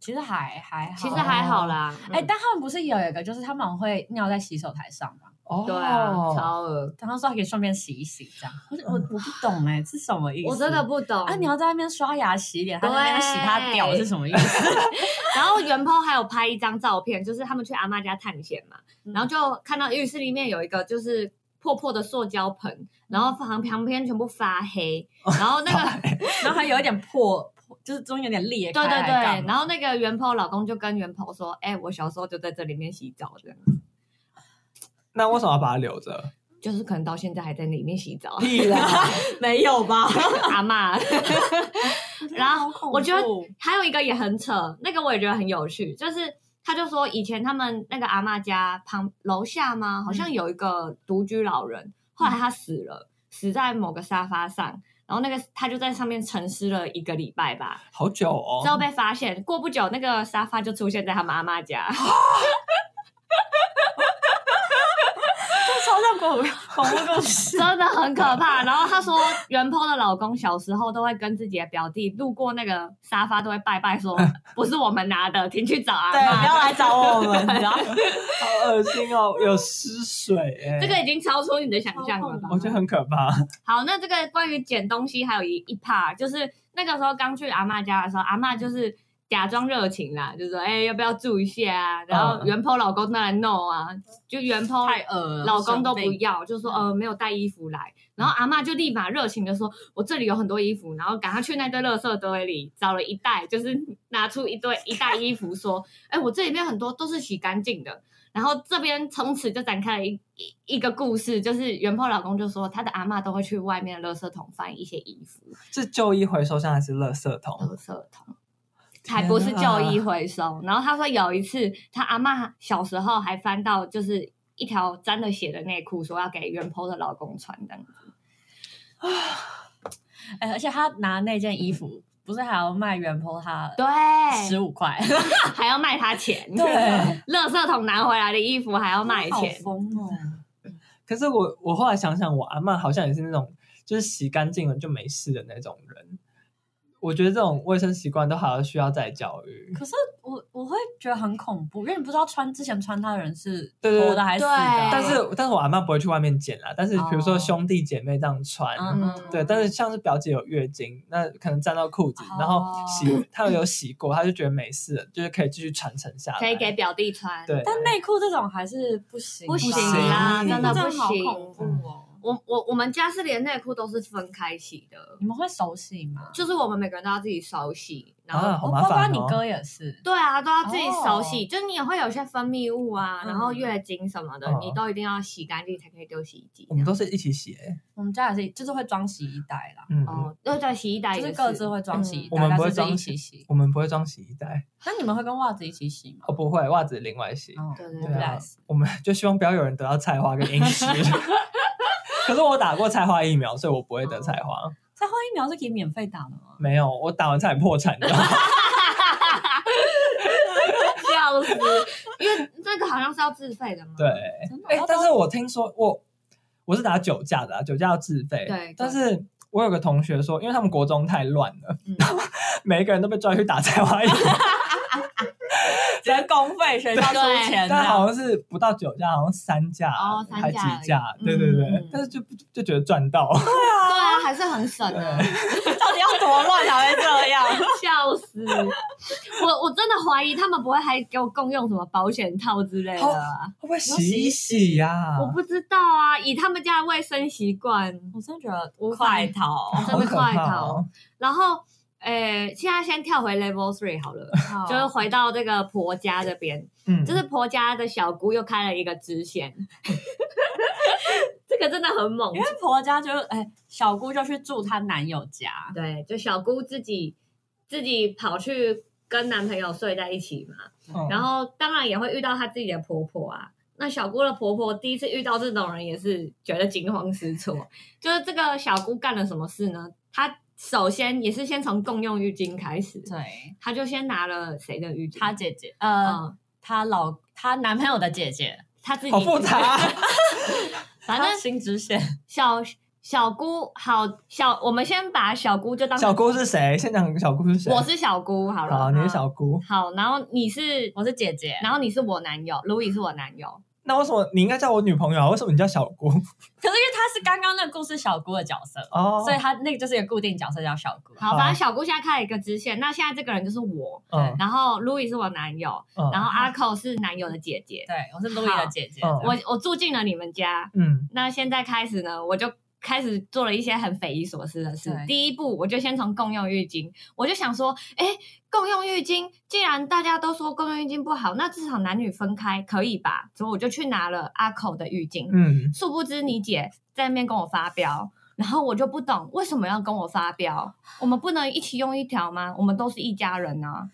Speaker 4: 其实还还好，
Speaker 3: 其实还好。啦，
Speaker 4: 哎、
Speaker 3: 嗯
Speaker 4: 但他们不是有一个，就是他们会尿在洗手台上嘛，
Speaker 2: 哦，
Speaker 3: 对啊，超恶，嗯
Speaker 4: 然后说可以顺便洗一洗这样。我我我不懂哎、是什么意思？
Speaker 3: 我真的不懂
Speaker 4: 啊！你要在那边刷牙洗脸，还在那边洗他屌
Speaker 3: 对
Speaker 4: 是什么意思？
Speaker 3: 然后元抛还有拍一张照片，就是他们去阿妈家探险嘛，
Speaker 4: 嗯
Speaker 3: 然后就看到浴室里面有一个就是破破的塑胶
Speaker 4: 嗯
Speaker 3: 盆，然后旁旁边全部发黑，
Speaker 4: 哦
Speaker 3: 然后那个
Speaker 4: 然后还有一点破破，就是中间有点裂开
Speaker 3: 对对
Speaker 4: 来干
Speaker 3: 对，
Speaker 4: 嘛。
Speaker 3: 然后那个元抛老公就跟元抛说：“哎、我小时候就在这里面洗澡的，
Speaker 2: 那为什么要把它留着？，
Speaker 3: 就是可能到现在还在里面洗澡
Speaker 2: 屁啦！
Speaker 4: 没有 吧？
Speaker 3: 阿妈。然后我觉得
Speaker 4: 好恐怖
Speaker 3: 还有一个也很扯，那个我也觉得很有趣，就是他就说以前他们那个阿嬷家旁楼下吗，好像有一个独居老人，后来他死了，死在某个沙发上，然后那个他就在上面沉尸了一个礼拜吧，
Speaker 2: 好久哦
Speaker 3: 之，后被发现，过不久那个沙发就出现在他们阿 嬷家，
Speaker 4: 哦超像恐怖恐怖故事，
Speaker 3: 真的很可怕。然后他说，袁坡的老公小时候都会跟自己的表弟路过那个沙发都会拜 拜说，不是我们拿的，请去找阿
Speaker 4: 对，不要
Speaker 3: 嬷。
Speaker 4: 来找我们，你知道？
Speaker 2: 好恶 心哦，有湿水哎、
Speaker 3: 这个已经超出你的想象了吧？
Speaker 2: 我觉得很可怕。
Speaker 3: 好，那这个关于捡东西还有一一 part，就是那个时候刚去阿嬷家的时候，阿嬷就是假装热情啦，就说：“哎、要不要住一下啊？”然后
Speaker 2: 嗯
Speaker 3: 原 po 老公当然 no 啊，就原 po
Speaker 4: 太恶了，
Speaker 3: 老公都不
Speaker 4: 生病
Speaker 3: 要，就说：“呃，没有带衣服来。”然后阿嬷就立马热情的说：“我这里有很多衣服。”然后赶快去那堆垃圾堆里找了一袋，就是拿出一堆一袋衣服，说：“哎、我这里面很多都是洗干净的。”然后这边从此就展开了一一一个故事，就是原破老公就说他的阿嬷都会去外面的垃圾桶翻一些衣服，
Speaker 2: 是旧衣回收箱还是垃圾桶？
Speaker 3: 垃圾桶。才不是旧衣回收。然后他说有一次，他阿嬷小时候还翻到就是一条沾了血的内裤，说要给原坡的老公穿这样子。
Speaker 4: 哎，而且他拿那件衣服，不是还要卖原坡他十
Speaker 3: 对，
Speaker 4: 五块，
Speaker 3: 还要卖他钱。
Speaker 4: 对，
Speaker 3: 垃圾桶拿回来的衣服还要卖
Speaker 4: 好
Speaker 3: 钱。
Speaker 4: 疯哦！
Speaker 2: 可是我我后来想想，我阿嬷好像也是那种就是洗干净了就没事的那种人。我觉得这种卫生习惯都还要需要再教育。
Speaker 4: 可是我我会觉得很恐怖，因为你不知道穿之前穿它的人是
Speaker 2: 对对对
Speaker 4: 活的还是死的
Speaker 3: 对
Speaker 4: 啊，
Speaker 2: 但是但是我阿嬷不会去外面捡啦，但是比如说兄弟姐妹这样穿，
Speaker 4: 哦嗯
Speaker 2: 对，但是像是表姐有月经，那可能沾到裤子，
Speaker 4: 哦
Speaker 2: 然后洗她有洗过，她就觉得没事了，就是可以继续传承下来。
Speaker 3: 可以给表弟穿。
Speaker 2: 对，
Speaker 4: 但内裤这种还是不行吧，
Speaker 3: 不
Speaker 2: 行
Speaker 3: 啦
Speaker 4: 内裤
Speaker 3: 真的不
Speaker 4: 好
Speaker 3: 行
Speaker 4: 恐
Speaker 3: 嗯
Speaker 4: 怖哦！
Speaker 3: 我我我们家是连内裤都是分开洗的，
Speaker 4: 你们会手洗吗？
Speaker 3: 就是我们每个人都要自己手洗，然后、
Speaker 2: 啊，好
Speaker 4: 我
Speaker 2: 麻
Speaker 4: 包括
Speaker 2: 烦
Speaker 4: 你
Speaker 2: 哦。
Speaker 4: 哥也是，
Speaker 3: 对啊都要自己手洗，就你也会有些分泌物啊，
Speaker 4: 嗯
Speaker 3: 然后月经什么的，
Speaker 2: 嗯
Speaker 3: 你都一定要洗干净才可以丢洗衣机
Speaker 2: 我。们都是一起洗、欸，
Speaker 4: 我们家也是，就是会装洗衣袋啦，
Speaker 2: 嗯，
Speaker 3: 哦，对对，洗衣袋
Speaker 4: 就
Speaker 3: 也
Speaker 4: 是各自会装洗衣
Speaker 3: 嗯
Speaker 4: 袋，
Speaker 2: 我们不会
Speaker 4: 但是就
Speaker 2: 装
Speaker 4: 一
Speaker 2: 洗
Speaker 4: 起洗。
Speaker 2: 我们不会装洗衣袋，
Speaker 4: 那你们会跟袜子一起洗吗？
Speaker 2: 哦，不会，袜子另外洗。
Speaker 4: 哦
Speaker 3: 对对
Speaker 4: 我
Speaker 2: 对
Speaker 4: 不
Speaker 3: 对
Speaker 4: 太
Speaker 2: 啊
Speaker 4: 洗。，
Speaker 2: 我们就希望不要 有人得到菜花跟阴湿。可是我打过菜花疫苗，所以我不会得菜花。
Speaker 4: 这后疫苗是可以免费打的吗？
Speaker 2: 没有，我打完差点破 产的。
Speaker 3: 笑死！ 因为那个好像是要自费的嘛。
Speaker 2: 对，
Speaker 4: 真的
Speaker 2: 哎、
Speaker 4: 要
Speaker 2: 但
Speaker 4: 打
Speaker 2: 是我听说我我是打酒驾的、啊，酒驾要自费。
Speaker 3: 对对
Speaker 2: 但是我有个同学说，因为他们国中太乱了，
Speaker 3: 嗯
Speaker 2: 每一个人都被抓去打菜花疫苗，
Speaker 4: 只能公费学校出钱这样，
Speaker 2: 但好像是不到酒驾，好像三架、
Speaker 3: 哦三
Speaker 2: 还
Speaker 3: 架
Speaker 2: 几
Speaker 3: 而已
Speaker 2: 架，对对对。
Speaker 4: 嗯
Speaker 2: 但是就就觉得赚到，
Speaker 3: 对啊，还是很省啊。
Speaker 4: 到底要多乱才会这样？
Speaker 3: 笑死！我我真的怀疑他们不会还给我共用什么保险套之类的啊、
Speaker 2: 会不会洗一洗呀、
Speaker 3: 我不知道啊。以他们家的卫生习惯，
Speaker 4: 我真的觉得快逃，
Speaker 3: 真
Speaker 2: 好
Speaker 3: 的
Speaker 2: 可
Speaker 3: 快
Speaker 2: 怕
Speaker 3: 逃。
Speaker 2: 哦！
Speaker 3: 然后，呃，现在先跳回 Level Three 好了，就是回到这个婆家这边，
Speaker 2: 嗯，
Speaker 3: 就是婆家的小姑又开了一个支线， 这个真的很猛
Speaker 4: 因。为婆家就是哎，小姑就去住她男友家，
Speaker 3: 对，就小姑自己自己跑去跟男朋友睡在一起嘛。
Speaker 2: 嗯
Speaker 3: 然后当然也会遇到她自己的婆婆啊。那小姑的婆婆第一次遇到这种人，也是觉得惊慌失措。就是这个小姑干了什么事呢？她首先也是先从共用浴巾开始，
Speaker 4: 对，
Speaker 3: 她就先拿了谁的浴巾？
Speaker 4: 她姐姐，呃，
Speaker 3: 嗯，
Speaker 4: 她老她男朋友的姐姐，
Speaker 3: 她自己
Speaker 2: 好复 杂。啊
Speaker 3: 反正
Speaker 4: 她新知县，
Speaker 3: 小小姑好小，我们先把小姑就当
Speaker 2: 啊小姑是谁？现场小姑是谁？
Speaker 3: 我是啊小姑好了。嗯
Speaker 2: 好，你是小姑。
Speaker 3: 好，然后你是，
Speaker 4: 我是姐姐，
Speaker 3: 然后你是我男友，卢以是我男友。
Speaker 2: 那为什么你应该叫我女朋友啊？为什么你叫小 姑？
Speaker 4: 可是因为她是刚刚那个故事小姑的角色，
Speaker 2: 哦，
Speaker 4: 所以她那个就是一个固定角色叫小姑。
Speaker 3: 好，反正小姑现在开了一个支线，那现在这个人就是我，
Speaker 2: 嗯
Speaker 3: 然后 Louis 是我男友，
Speaker 2: 嗯，
Speaker 3: 然后阿寇是男友的姐姐。
Speaker 4: 对，我是路易的姐姐。
Speaker 2: 好嗯
Speaker 3: 我我住进了你们家，
Speaker 2: 嗯
Speaker 3: 那现在开始呢，我就开始做了一些很匪夷所思的事
Speaker 4: 对。
Speaker 3: 第一步，我就先从共用浴巾，我就想说，哎，共用浴巾，既然大家都说共用浴巾不好，那至少男女分开可以吧？所以我就去拿了阿寇的浴巾，
Speaker 2: 嗯，
Speaker 3: 殊不知你姐在那边跟我发飙，然后我就不懂为什么要跟我发飙，我们不能一起用一条吗？我们都是一家人啊。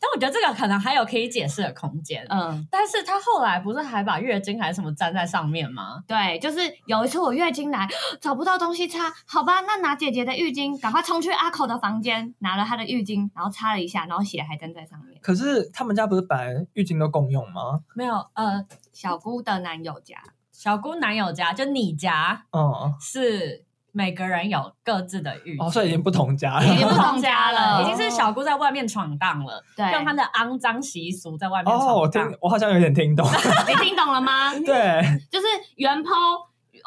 Speaker 4: 但我觉得这个可能还有可以解释的空间。
Speaker 3: 嗯，
Speaker 4: 但是她后来不是还把月经还是什么粘在上面吗？
Speaker 3: 对，就是有一次我月经来找不到东西擦，好吧，那拿姐姐的浴巾，赶快冲去阿口的房间拿了她的浴巾，然后擦了一下，然后血还粘在上面。
Speaker 2: 可是他们家不是本来浴巾都共用吗？
Speaker 4: 没有，呃，
Speaker 3: 小姑的男友家，
Speaker 4: 小姑男友家就你家
Speaker 2: 嗯，
Speaker 4: 是每个人有各自的浴
Speaker 2: 哦，
Speaker 4: 巾。
Speaker 2: 所以已经不同家了
Speaker 3: 已。经
Speaker 4: 不
Speaker 3: 不
Speaker 4: 同
Speaker 3: 同
Speaker 4: 家
Speaker 3: 家
Speaker 4: 了，
Speaker 3: 了哦
Speaker 4: 已经是小姑在外面闯荡了，
Speaker 3: 对，
Speaker 4: 用她的肮脏习俗在外面
Speaker 2: 哦，我
Speaker 4: 闯
Speaker 2: 听
Speaker 4: 荡。，
Speaker 2: 我好像有点听懂。
Speaker 3: 你听懂了吗？
Speaker 2: 对，
Speaker 3: 就是原剖，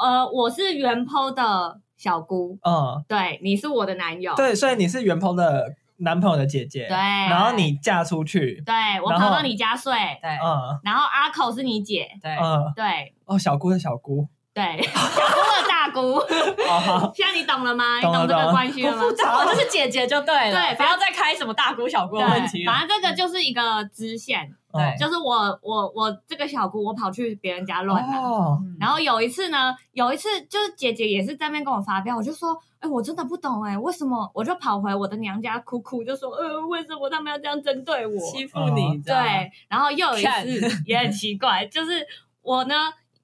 Speaker 3: 呃，我是原剖的小姑，
Speaker 2: 嗯，
Speaker 3: 对，你是我的男友，
Speaker 2: 对，所以你是袁鹏的男朋友的姐姐，
Speaker 3: 对
Speaker 2: 然后你嫁出去，
Speaker 3: 对我
Speaker 2: 然
Speaker 3: 跑
Speaker 2: 后
Speaker 3: 到你家睡，
Speaker 4: 对
Speaker 2: 嗯
Speaker 3: 然后阿口是你姐，
Speaker 4: 对，
Speaker 2: 嗯，
Speaker 3: 对
Speaker 2: 哦，小姑的小姑，
Speaker 3: 对， 小姑的大姑。
Speaker 2: 哦好，
Speaker 3: 现在你懂了吗？你
Speaker 2: 懂了
Speaker 3: 懂这
Speaker 2: 懂了
Speaker 3: 个关系了吗？
Speaker 4: 但我就是姐姐就对了，
Speaker 3: 对
Speaker 4: 不要再开什么大姑小姑的问题嗯
Speaker 3: 对，
Speaker 4: 了。
Speaker 3: 反正这个就是一个支线，
Speaker 2: 嗯
Speaker 4: 对
Speaker 3: 就是我我我这个小姑，我跑去别人家乱啊
Speaker 2: 嗯
Speaker 3: 来。
Speaker 2: 哦，
Speaker 3: 然后有一次呢，有一次就是姐姐也是在那边跟我发飙，我就说，哎、我真的不懂哎、为什么？我就跑回我的娘家哭哭，就说，呃，为什么他们要这样针对我？
Speaker 4: 欺负你，这样
Speaker 3: 对，然后又有一
Speaker 4: 看
Speaker 3: 次也很奇怪，就是我呢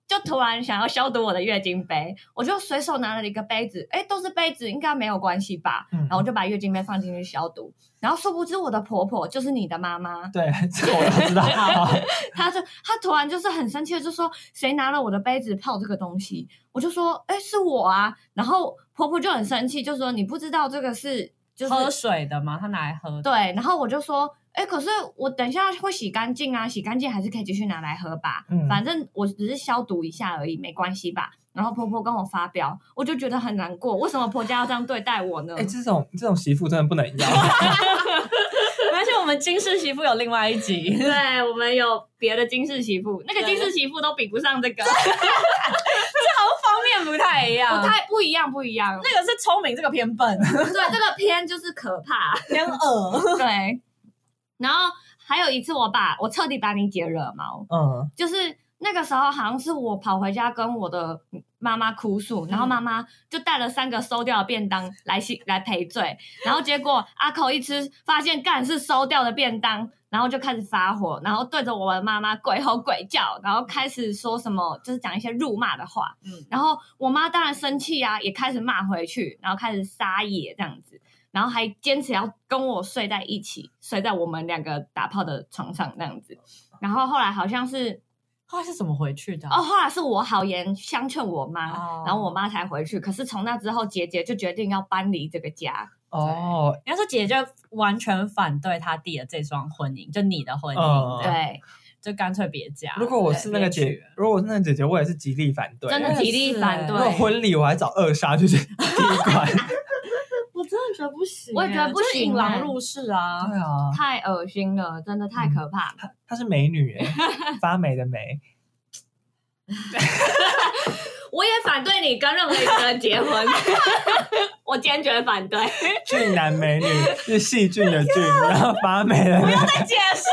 Speaker 3: 就突然想要消毒我的月经杯，我就随手拿了一个杯子，哎，都是杯子，应该没有关系吧？
Speaker 2: 嗯
Speaker 3: 然后我就把月经杯放进去消毒，然后殊不知我的婆婆就是你的妈妈，
Speaker 2: 对，这个我都知道，好
Speaker 3: 她就她突然就是很生气的就说谁拿了我的杯子泡这个东西？我就说哎是我啊，然后婆婆就很生气，就说你不知道这个是就是
Speaker 4: 喝水的嘛，她拿来喝的。
Speaker 3: 对，然后我就说，哎，可是我等一下会洗干净啊，洗干净还是可以继续拿来喝吧，
Speaker 2: 嗯
Speaker 3: 反正我只是消毒一下而已，没关系吧。然后婆婆跟我发飙，我就觉得很难过，为什么婆家要这样对待我呢？
Speaker 2: 哎，这种这种媳妇真的不能要，
Speaker 4: 而且我们金氏媳妇有另外一 集，
Speaker 3: 对我们有别的金氏媳妇，那个金氏媳妇都比不上这个，
Speaker 4: 方面不太一样。
Speaker 3: 不太不一样，不一样。
Speaker 4: 那个是聪明，这个偏笨，
Speaker 3: 对，这个偏就是可怕。
Speaker 4: 偏恶。
Speaker 3: 对，然后还有一次我把我彻底把你姐惹毛，
Speaker 2: 嗯
Speaker 3: 就是那个时候好像是我跑回家跟我的妈妈哭诉，然后妈妈就带了三个馊掉的便当来洗 来赔罪，然后结果阿口一吃，发现干是馊掉的便当，然后就开始发火，然后对着我的妈妈鬼吼鬼叫，然后开始说什么就是讲一些辱骂的话，
Speaker 4: 嗯
Speaker 3: 然后我妈当然生气啊，也开始骂回去，然后开始撒野这样子，然后还坚持要跟我睡在一起，睡在我们两个打炮的床上这样子，然后后来好像是。
Speaker 4: 后来是怎么回去的啊？
Speaker 3: 哦，后来是我好言相劝我妈，
Speaker 4: 哦
Speaker 3: 然后我妈才回去。可是从那之后，姐姐就决定要搬离这个家。
Speaker 2: 哦，
Speaker 4: 应该说姐姐就完全反对她弟的这桩婚姻，就你的婚
Speaker 2: 嗯
Speaker 4: 姻，对，
Speaker 3: 对，
Speaker 4: 就干脆别嫁。
Speaker 2: 如果我是那个
Speaker 4: 啊对别
Speaker 2: 姐
Speaker 4: 娶了，
Speaker 2: 如果我是那个姐姐，我也是极力反对。
Speaker 3: 真的极力反对
Speaker 2: 那
Speaker 4: 我也。
Speaker 2: 婚礼我还找二杀去 踢馆。
Speaker 4: 我真的觉得不行欸，
Speaker 3: 我也觉得不
Speaker 4: 就是
Speaker 3: 行
Speaker 4: 引
Speaker 3: 欸
Speaker 4: 狼入室啊。
Speaker 2: 对啊，
Speaker 3: 太恶心了，真的太
Speaker 4: 嗯
Speaker 3: 可怕了。
Speaker 2: 她是美女耶，发霉的霉。
Speaker 3: 我也反对你跟任何一个人结 婚，我坚决反对。
Speaker 2: 俊男美女是细菌的菌，然后发霉的霉。
Speaker 4: 解释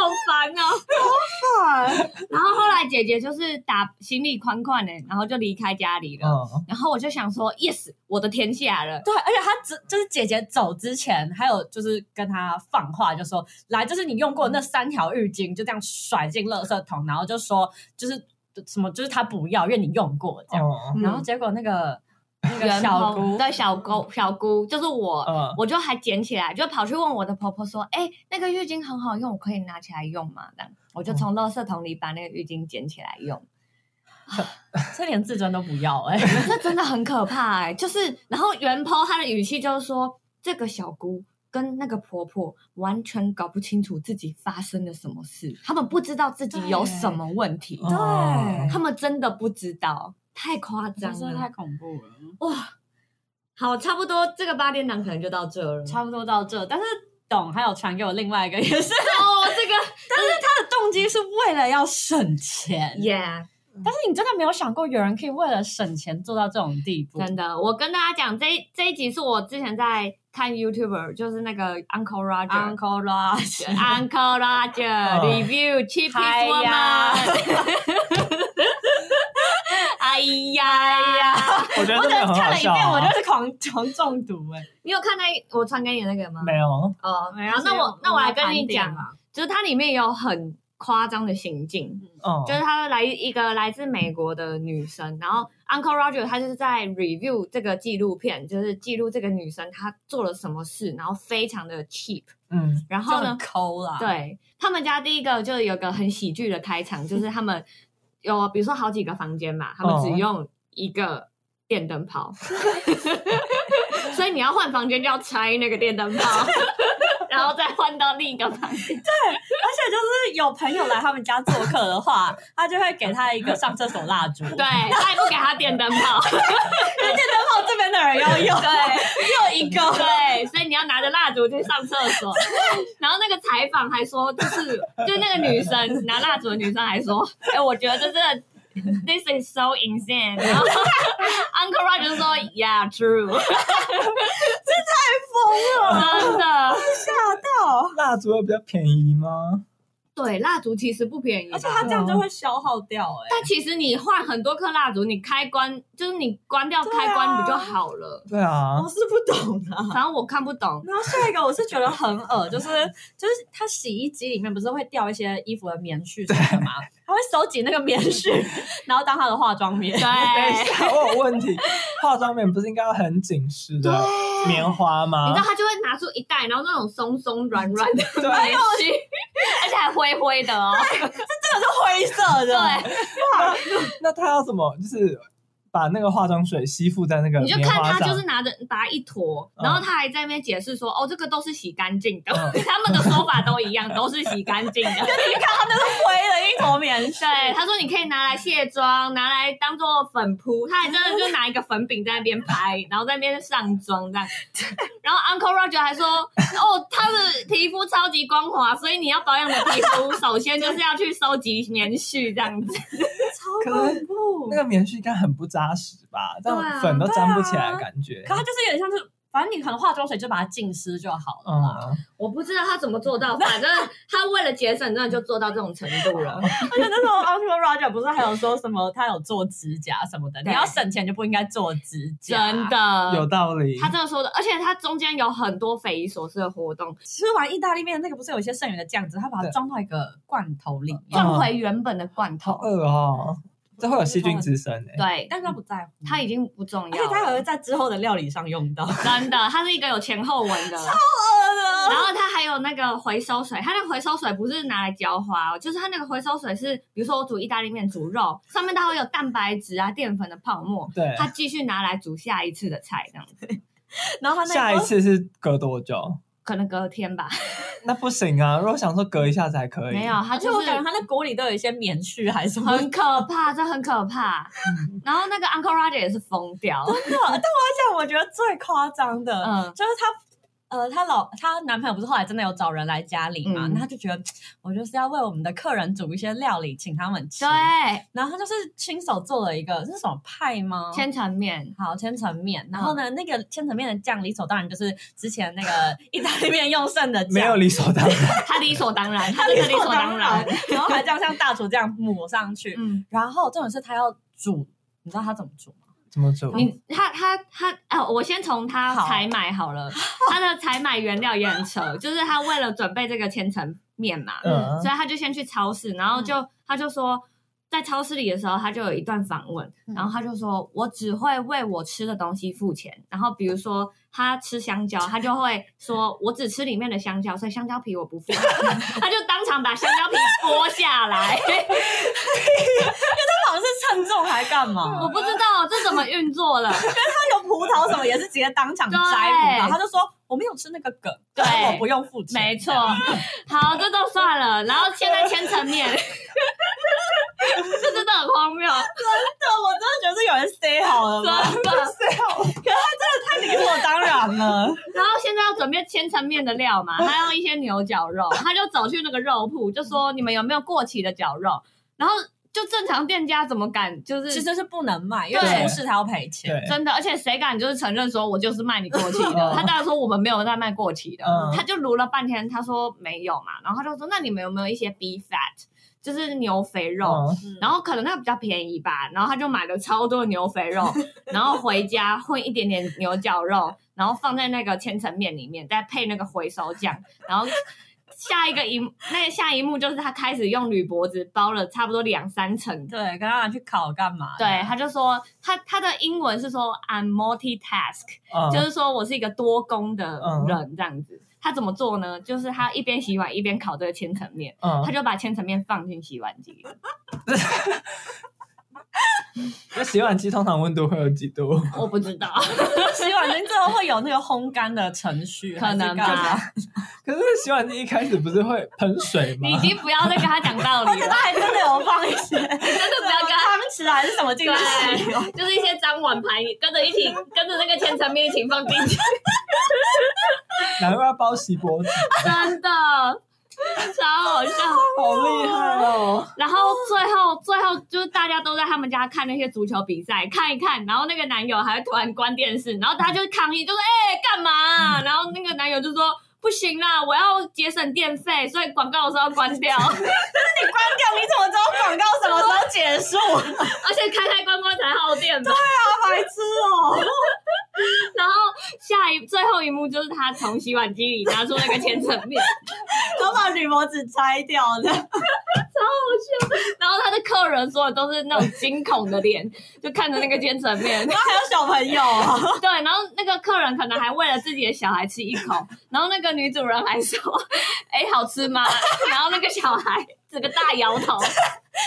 Speaker 3: 好烦哦、然后后来姐姐就是打行李款款呢，然后就离开家里了。
Speaker 2: 嗯，
Speaker 3: 然后我就想说，yes，我的天下了。
Speaker 4: 对，而且她只就是姐姐走之前，还有就是跟她放话，就说来，就是你用过那三条浴巾，就这样甩进垃圾桶，然后就说就是什么，就是她不要，因为你用过这样。
Speaker 2: 哦，
Speaker 3: 嗯
Speaker 4: 然后结果那个那个
Speaker 3: 圆
Speaker 4: 小
Speaker 3: 头
Speaker 4: 姑，
Speaker 3: 对小姑小姑就是我，
Speaker 2: 嗯，
Speaker 3: 我就还捡起来，就跑去问我的婆婆说：“哎、那个浴巾很好用，我可以拿起来用吗？”这样，我就从垃
Speaker 4: 哦
Speaker 3: 圾桶里把那个浴巾捡起来用，
Speaker 4: 这连自尊都不要哎、
Speaker 3: 这真的很可怕哎、就是，然后袁抛她的语气就是说，这个小姑跟那个婆婆完全搞不清楚自己发生了什么事，他们不知道自己有什么问题，
Speaker 2: 哦
Speaker 3: 他们真的不知道，太夸张
Speaker 4: 真的太
Speaker 3: 了，
Speaker 4: 恐怖了。
Speaker 3: 哇！好，差不多这个八点档可能就到这了。
Speaker 4: 差不多到这，但是董还有传给我另外一个，也是
Speaker 3: 哦，这个
Speaker 4: 他的动机是为了要省钱。
Speaker 3: ，Yeah。
Speaker 4: 但是你真的没有想过，有人可以为了省钱做到这种地步？
Speaker 3: 真的，我跟大家讲，这一这一集是我之前在看 YouTuber，就是那个 Uncle Roger。
Speaker 4: Uncle Rush，
Speaker 3: Uncle Roger
Speaker 2: 哦
Speaker 3: review cheapest
Speaker 4: 哎呀
Speaker 3: woman。哎呀，
Speaker 2: 我觉得
Speaker 4: 我
Speaker 2: 真
Speaker 4: 只
Speaker 2: 的很
Speaker 4: 看
Speaker 2: 好
Speaker 4: 了一
Speaker 2: 笑
Speaker 4: 遍，我
Speaker 2: 啊。
Speaker 4: 就是狂狂中毒 哎、
Speaker 3: 你有看那我传给你的那个吗？
Speaker 2: 没有，
Speaker 3: 哦，没有。那我那我来跟你讲，啊就是它里面有很夸张的行径，
Speaker 2: 嗯，
Speaker 3: 就是她来一个来自美国的女生，然后 Uncle Roger 他就是在 review 这个纪录片，就是记录这个女生她做了什么事，然后非常的 cheap，
Speaker 2: 嗯，
Speaker 3: 然
Speaker 4: 就
Speaker 3: 后呢
Speaker 4: 很，抠啦。，
Speaker 3: 对他们家第一个就有个很喜剧的开场，就是他们有比如说好几个房间嘛，他们只用一个电灯泡，所以你要换房间就要拆那个电灯泡，然后再换到另一个房间。
Speaker 4: 而且就是有朋友来他们家做客的话，他就会给他一个上厕所蜡烛，
Speaker 3: 对，他也不给他电灯泡，
Speaker 4: 然后这边的人要 用，又一个，
Speaker 3: 对，所以你要拿着蜡烛去上厕所。 然后那个采访还说，就是就那个女生拿蜡烛的女生还说，哎、我觉得这真的 This is so insane。然后 Uncle Roger 就说 ，Yeah, true。
Speaker 4: 疯了，
Speaker 3: 真的，
Speaker 4: 吓到。
Speaker 2: 蜡烛又比较便宜吗？
Speaker 3: 对，蜡烛其实不便宜吧，
Speaker 4: 而且它这样就会消耗掉哎、
Speaker 3: 但其实你换很多颗蜡烛，你开关就是你关掉
Speaker 4: 对啊
Speaker 3: 开关不就好了？
Speaker 2: 对啊
Speaker 4: 我，是不懂啊。
Speaker 3: 反正我看 不懂。
Speaker 4: 然后下一个我是觉得很恶，就是就是它洗衣机里面不是会掉一些衣服的棉絮什么的吗？它会收集那个棉絮， 然后当它的化妆棉。
Speaker 3: 对，
Speaker 2: 等一下， 我有问题，化妆棉不是应该要很紧实的棉花
Speaker 3: 你
Speaker 2: 吗
Speaker 3: 知道？他就会拿出一袋，然后那种松松软软的
Speaker 2: 对
Speaker 3: 棉絮， 而且还灰灰的哦。
Speaker 4: 它是灰色的。
Speaker 3: 对，
Speaker 2: 那她要怎么就是把那个化妆水吸附在那个
Speaker 3: 你就
Speaker 2: 棉
Speaker 3: 看
Speaker 2: 花
Speaker 3: 他
Speaker 2: 上？
Speaker 3: 就是拿着把它一坨，
Speaker 2: 嗯
Speaker 3: 然后他还在那边解释说，哦，这个都是洗干净的，
Speaker 2: 嗯
Speaker 3: 他们的说法都一样，都是洗干 净的。
Speaker 4: 灰了一坨棉絮。
Speaker 3: 对，他说你可以拿来卸妆，拿来当做粉扑。他还真的就拿一个粉饼在那边拍，然后在那边上妆这样。然后 Uncle Roger 还说，哦，他的皮肤超级光滑，所以你要保养你的皮肤，首先就是要去收集棉絮这样子。
Speaker 4: 超恐怖
Speaker 2: 那。个棉絮应该很不扎实吧？这
Speaker 3: 对啊
Speaker 2: 样粉都粘不起来，感觉。
Speaker 4: 可它就是有点像是反正你可能化妆水就把它浸湿就好了嘛。
Speaker 2: 嗯，
Speaker 3: 我不知道他怎么做到，反正他为了节省，真的就做到这种程度了。
Speaker 4: 而且 那时候 Uncle Roger 不是还有说什么他有做指甲什么的，你
Speaker 3: 对
Speaker 4: 要省钱就不应该做指甲。
Speaker 3: 真
Speaker 2: 有
Speaker 3: 的，
Speaker 2: 道理。
Speaker 3: 呃他这么说的，而且他中间有很多匪夷所思的活动，
Speaker 4: 吃完意大利面那个不是有一些剩余的酱汁，他把它
Speaker 2: 对
Speaker 4: 装到一个罐头里面，
Speaker 3: 撞回原本的罐
Speaker 2: 好
Speaker 3: 头。
Speaker 2: 饿哦，这会有细菌滋生欸诶。
Speaker 3: 对，啊
Speaker 4: 但是他不在乎，
Speaker 3: 他已经不重
Speaker 4: 而
Speaker 3: 要
Speaker 4: 且
Speaker 3: 了，
Speaker 4: 他还会在之后的料理上用 到。
Speaker 3: 真的，它是一个有前后文的。然后它还有那个回收水，它那个回收水不是拿来浇花哦，就是它那个回收水是，比如说我煮意大利面、煮肉，上面它会有蛋白质啊、淀粉的泡沫，
Speaker 2: 对，
Speaker 3: 它继续拿来煮下一次的菜，这样子，
Speaker 4: 然后他那
Speaker 2: 下一次是隔多久？
Speaker 3: 可能隔天吧，
Speaker 2: 那不行啊！如果想说隔一下子还可以，
Speaker 3: 没有，它
Speaker 4: 而且
Speaker 3: 就
Speaker 4: 啊我
Speaker 3: 是
Speaker 4: 感觉他那锅里都有一些棉絮还是什么。
Speaker 3: 很可怕，这很可怕。
Speaker 2: 嗯
Speaker 3: 然后那个 Uncle Roger 也是疯掉，
Speaker 4: 但我觉得最夸张的，
Speaker 3: 嗯，
Speaker 4: 就是她，呃，她老她男朋友不是后来真的有找人来家里嘛，
Speaker 3: 嗯
Speaker 4: 那她就觉得我就是要为我们的客人煮一些料理，请他们吃。
Speaker 3: 对，
Speaker 4: 然后她就是亲手做了一个这是什么派吗？
Speaker 3: 千嗯层面，
Speaker 4: 好千层面，然后呢，那个千层面的酱理所当然就是之前那个意大利面用剩的酱，
Speaker 2: 没有理所 当然。
Speaker 3: 他理所当然，他真的理所当
Speaker 2: 哦
Speaker 3: 然，，
Speaker 4: 然后还这样像大厨这样抹上去，
Speaker 3: 嗯。
Speaker 4: 然后重点是她要煮，你知道她怎么煮吗？
Speaker 2: 怎么煮？
Speaker 3: 你他他他，啊！我先从他
Speaker 4: 好
Speaker 3: 采买好了，他的采买原料也很扯，就是他为了准备这个千层面嘛，
Speaker 2: 嗯
Speaker 3: 所以他就先去超市，然后就、
Speaker 4: 嗯
Speaker 3: 他就说。在超市里的时候，他就有一段访问，
Speaker 4: 嗯
Speaker 3: 然后他就说：“我只会为我吃的东西付钱。”然后比如说他吃香蕉，他就会说：“我只吃里面的香蕉，所以香蕉皮我不付。” 他就当场把香蕉皮剥下来，
Speaker 4: 她 好像是称重还干嘛？
Speaker 3: 我不知道这怎么运作了。
Speaker 4: 他有葡萄什么也是直接当场摘葡萄，
Speaker 3: 对
Speaker 4: 他就说我没有吃那个梗，
Speaker 3: 对
Speaker 4: 所以我不用付钱。
Speaker 3: 没错， 好，这都算了。然后现在千层面， 这真的很荒
Speaker 4: 对，
Speaker 3: 谬，
Speaker 4: 我真的觉得是有人 say 好了
Speaker 3: 真
Speaker 4: 吗？
Speaker 3: 的。
Speaker 4: 太理所当然了。
Speaker 3: 然后现在要准备千层面的料嘛，还有一些牛绞肉，他就走去那个肉铺，就说你们有没有过期的绞肉？然后就正常店家怎么敢就是。
Speaker 4: 其实是不能卖，因为
Speaker 3: 对
Speaker 4: 出事他要赔钱。
Speaker 2: 对，
Speaker 3: 真的，而且谁敢就是承认说我就是卖你过期的？
Speaker 2: 嗯
Speaker 3: 他当然说我们没有在卖过期的，
Speaker 2: 嗯
Speaker 3: 他就撸了半天，他说没有嘛，然后他就说那你们有没有一些 beef fat，就是牛肥肉？
Speaker 2: 嗯
Speaker 3: 然后可能那个比较便宜吧，然后他就买了超多牛肥 肉，然后回家混一点点牛绞肉，然后放在那个千层面里面，再配那个回收酱，然后下一个一幕那个下一幕就是他开始用铝箔纸包了差不多两三层。
Speaker 4: 对，跟他拿去烤干嘛？
Speaker 3: 对，，他就说他他的英文是说 I'm multitask，、
Speaker 2: 嗯
Speaker 3: 就是说我是一个多工的
Speaker 2: 嗯
Speaker 3: 人这样子。他怎么做呢？就是他一边洗碗一边烤这个千层面，
Speaker 2: 嗯
Speaker 3: 他就把千层面放进洗碗机里。
Speaker 2: 那洗碗机通常温度会有几度？
Speaker 3: 我不知道，
Speaker 4: 洗碗巾最后会有那个烘干的程序，
Speaker 3: 可能吧
Speaker 4: 还是干嘛。
Speaker 2: 可是洗碗机一开始不是会喷水吗
Speaker 3: 你已？经不要再跟他讲道
Speaker 4: 而
Speaker 3: 理
Speaker 4: 且
Speaker 3: 了
Speaker 4: 他。还真的有放一 些
Speaker 3: 真的不要跟他，
Speaker 4: 啊汤匙还是什么进去洗哦。
Speaker 3: 就是一些脏碗盘，跟着一起跟着那个千层面一起放进去，
Speaker 2: 难怪要包锡箔纸，
Speaker 3: 真的超好笑。
Speaker 2: 好厉害 哦！
Speaker 3: 然后最后最后就是大家都在他们家看那些足球比赛，看一看，然后那个男友还突然关电视，然后他就抗议，就说：“哎、干嘛啊、然后那个男友就说。不行啦，我要节省电费，所以广告的时候要关掉， 而
Speaker 4: 你关掉，你怎么知道广告什么时候结束？
Speaker 3: 且开开关关才耗电吧。
Speaker 4: 好白痴哦！
Speaker 3: 然后下一最后一幕就是他从洗碗机里拿出那个千层面，
Speaker 4: 然后把铝箔纸拆掉的。
Speaker 3: 然后他的客人说的都是那种惊恐的脸，就看着那个千层面。
Speaker 4: 然后还有小朋友啊，
Speaker 3: 对，然后那个客人可能还为了自己的小孩吃一口，然后那个女主人还说：“哎，好吃吗？” 然后那个小孩整个大摇头，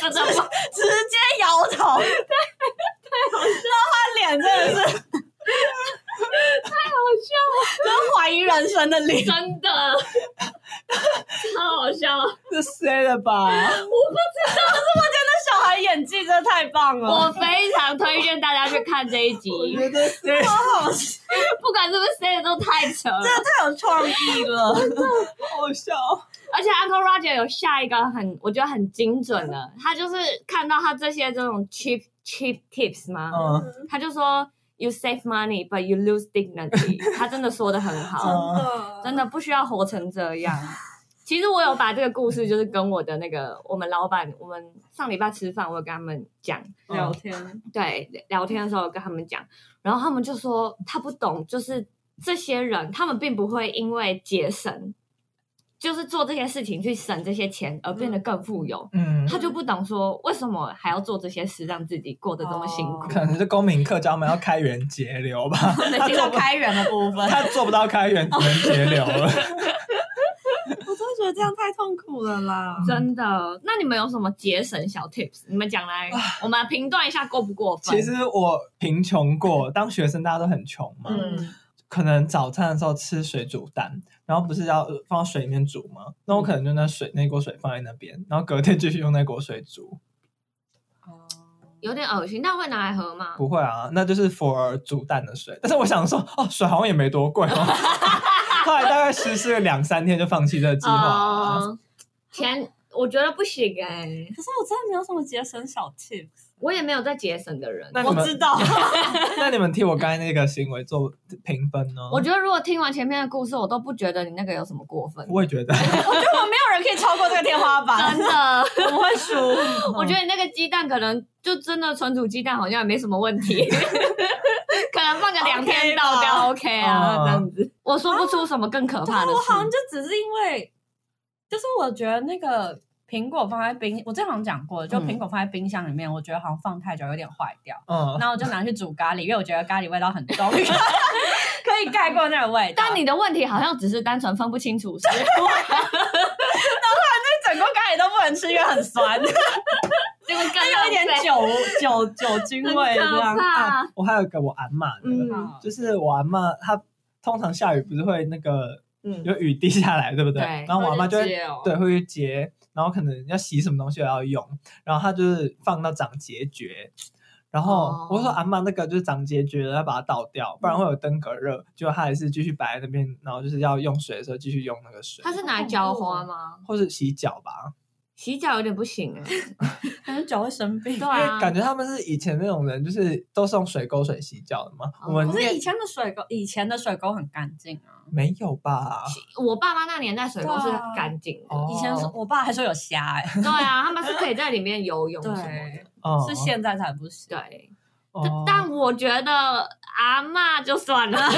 Speaker 3: 真的 不
Speaker 4: 直接摇头，对对，然后他脸真的是太好笑了，就是怀疑人生的脸。
Speaker 3: 真的，超好笑。
Speaker 2: 这谁了 吧？
Speaker 4: 那小孩演技真的太棒了，
Speaker 3: 我非常推荐大家去看这一集，
Speaker 2: 我觉得谁？
Speaker 4: 好好笑，
Speaker 3: 不管是不是谁的都太扯了。
Speaker 4: 太有创意了。
Speaker 2: 好笑。
Speaker 3: 而且 Uncle Roger 有下一个很我觉得很精准的，他就是看到他这些这种 cheap cheap tips 吗？
Speaker 2: 嗯，
Speaker 3: 他就说。 you save money but you lose dignity 。他真的说的很好，
Speaker 4: 的
Speaker 3: 真的不需要活成这样。其实我有把这个故事，就是跟我的那个我们老板，我们上礼拜吃饭，我有跟他们讲，
Speaker 4: 聊天，
Speaker 3: 对，聊天的时候有跟他们讲，然后他们就说他不懂，就是这些人他们并不会因为节省，就是做这些事情去省这些钱而变得更富有，
Speaker 2: 嗯，
Speaker 3: 他就不懂说为什么还要做这些事，让自己过得这么辛苦。
Speaker 2: 可能是公民课教我们要开源节流吧， 他
Speaker 4: 进到
Speaker 2: 做不
Speaker 4: 开源的部分，
Speaker 2: 他做不到开源节流了。
Speaker 4: 我真的觉得这样太痛苦了啦。
Speaker 3: 真的？那你们有什么节省小 tips？你们讲来，我们来评断一下过不过分。
Speaker 2: 其实我贫穷过，当学生大家都很穷嘛，
Speaker 4: 嗯，
Speaker 2: 可能早餐的时候吃水煮蛋，然后不是要放到水里面煮吗？那我
Speaker 3: 嗯
Speaker 2: 可能就那水那锅水放在那边，然后隔天继续用那锅水煮。
Speaker 3: 有点恶心，那会拿来喝吗？
Speaker 2: 不会啊，那就是 for 煮蛋的水。但是我想说，哦，水好像也没多贵 哦。后来大概实施了两三天就放弃这个计划了。
Speaker 3: 哦 钱我觉得不行哎、
Speaker 4: 可是我真的没有什么节省小 tips，
Speaker 3: 我也没有在节省的人。
Speaker 2: 那你
Speaker 4: 嗯我
Speaker 2: 们
Speaker 4: 知道，
Speaker 2: 那你们替我刚才那个行为做评分呢？
Speaker 3: 我觉得如果听完前面的故事，我都不觉得你那个有什么过分。
Speaker 2: 我也 觉得，
Speaker 4: 没有人可以超过这个天花板
Speaker 3: 真， 的，
Speaker 4: 我们会输。
Speaker 3: 我觉得你那个鸡蛋可能就真的纯煮鸡蛋好像也没什么问 题，可能放个两天到掉 OK 哦啊，
Speaker 2: 嗯
Speaker 3: 这样子。我说不出什么更可怕
Speaker 4: 啊
Speaker 3: 的
Speaker 4: 我好像
Speaker 3: 事。
Speaker 4: 就只是因为，就是我觉得那个苹果放在冰，我之前好像讲过，
Speaker 3: 嗯
Speaker 4: 就苹果放在冰箱里面，我觉得好像放太久有点坏掉，
Speaker 3: 哦
Speaker 2: 嗯，
Speaker 4: 然后我就拿去煮咖喱，因为我觉得咖喱味道很 重，可以盖过那个味道。
Speaker 3: 但你的问题好像只是单纯分不清楚食 物，
Speaker 4: 整锅咖喱都不能吃，因为很 酸，有
Speaker 3: 这个更浪
Speaker 4: 一点
Speaker 3: 费
Speaker 4: 酒酒酒精
Speaker 3: 很
Speaker 4: 味这
Speaker 3: 可
Speaker 4: 样。啊
Speaker 3: 怕。
Speaker 2: 我还有一个我阿嬷的，
Speaker 3: 嗯
Speaker 2: 就是我阿嬷她通常下雨不是会那个
Speaker 3: 嗯，
Speaker 2: 有雨滴下来，对不对？
Speaker 3: 对
Speaker 2: 然后我阿嬷就会
Speaker 1: 接哦
Speaker 2: 对，会去结，然后可能要洗什么东西也要用，然后他就是放到长结节，然后
Speaker 3: 哦
Speaker 2: 我就说阿嬷那个就是长结节了，要把它倒掉，不然会有登革热。结果他还是继续摆在那边，然后就是要用水的时候继续用那个水
Speaker 3: 它，是拿来浇花吗？
Speaker 2: 或是洗脚吧，
Speaker 3: 洗脚有点不行哎。
Speaker 4: 感觉脚会生病。
Speaker 3: 对
Speaker 2: 因为
Speaker 3: 啊，
Speaker 2: 感觉他们是以前那种人，就是都是用水沟水洗脚的嘛。我们
Speaker 3: 哦
Speaker 4: 可是
Speaker 2: 念
Speaker 4: 以前的水沟，以前的水沟很干净啊。
Speaker 2: 没有吧？
Speaker 3: 我爸妈那年代水沟是
Speaker 4: 对啊
Speaker 3: 干净 的，
Speaker 2: 哦
Speaker 4: 以前是我爸还说有虾、欸，
Speaker 3: 对啊，他们是可以在里面游泳什么的。
Speaker 2: 哦
Speaker 4: 是现在才不行。
Speaker 3: 对，
Speaker 2: 哦
Speaker 3: 但我觉得阿嬷就算了， 而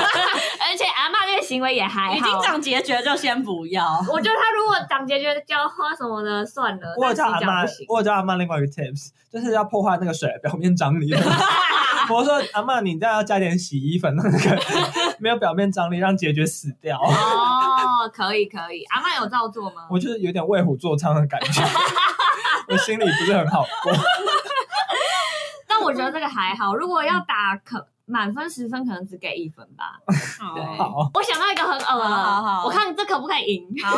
Speaker 3: 且阿嬷这个行为也还好。
Speaker 4: 已经，长结节就先不要。
Speaker 3: 我觉得他如果长结节浇花什么的算了，
Speaker 2: 我有
Speaker 3: 但洗
Speaker 2: 叫阿
Speaker 3: 脚
Speaker 2: 妈
Speaker 3: 不行，。
Speaker 2: 我有叫阿妈另外一个 tips，就是要破坏那个水表面张 力。我说阿妈，你这样要加点洗衣粉，让那个 没有表面张力，让结局死掉。
Speaker 3: 哦，可以可以，阿嬷有照做吗？
Speaker 2: 我就是有点为虎作伥的感 觉，我心里不是很好过。
Speaker 3: 但我觉得这个还好，如果要
Speaker 2: 嗯
Speaker 3: 打可满分十分，可能只给一分吧。对
Speaker 2: 好，
Speaker 3: 我想到一个很恶的，
Speaker 4: 好好好
Speaker 3: 我看这可不可以赢？
Speaker 4: 好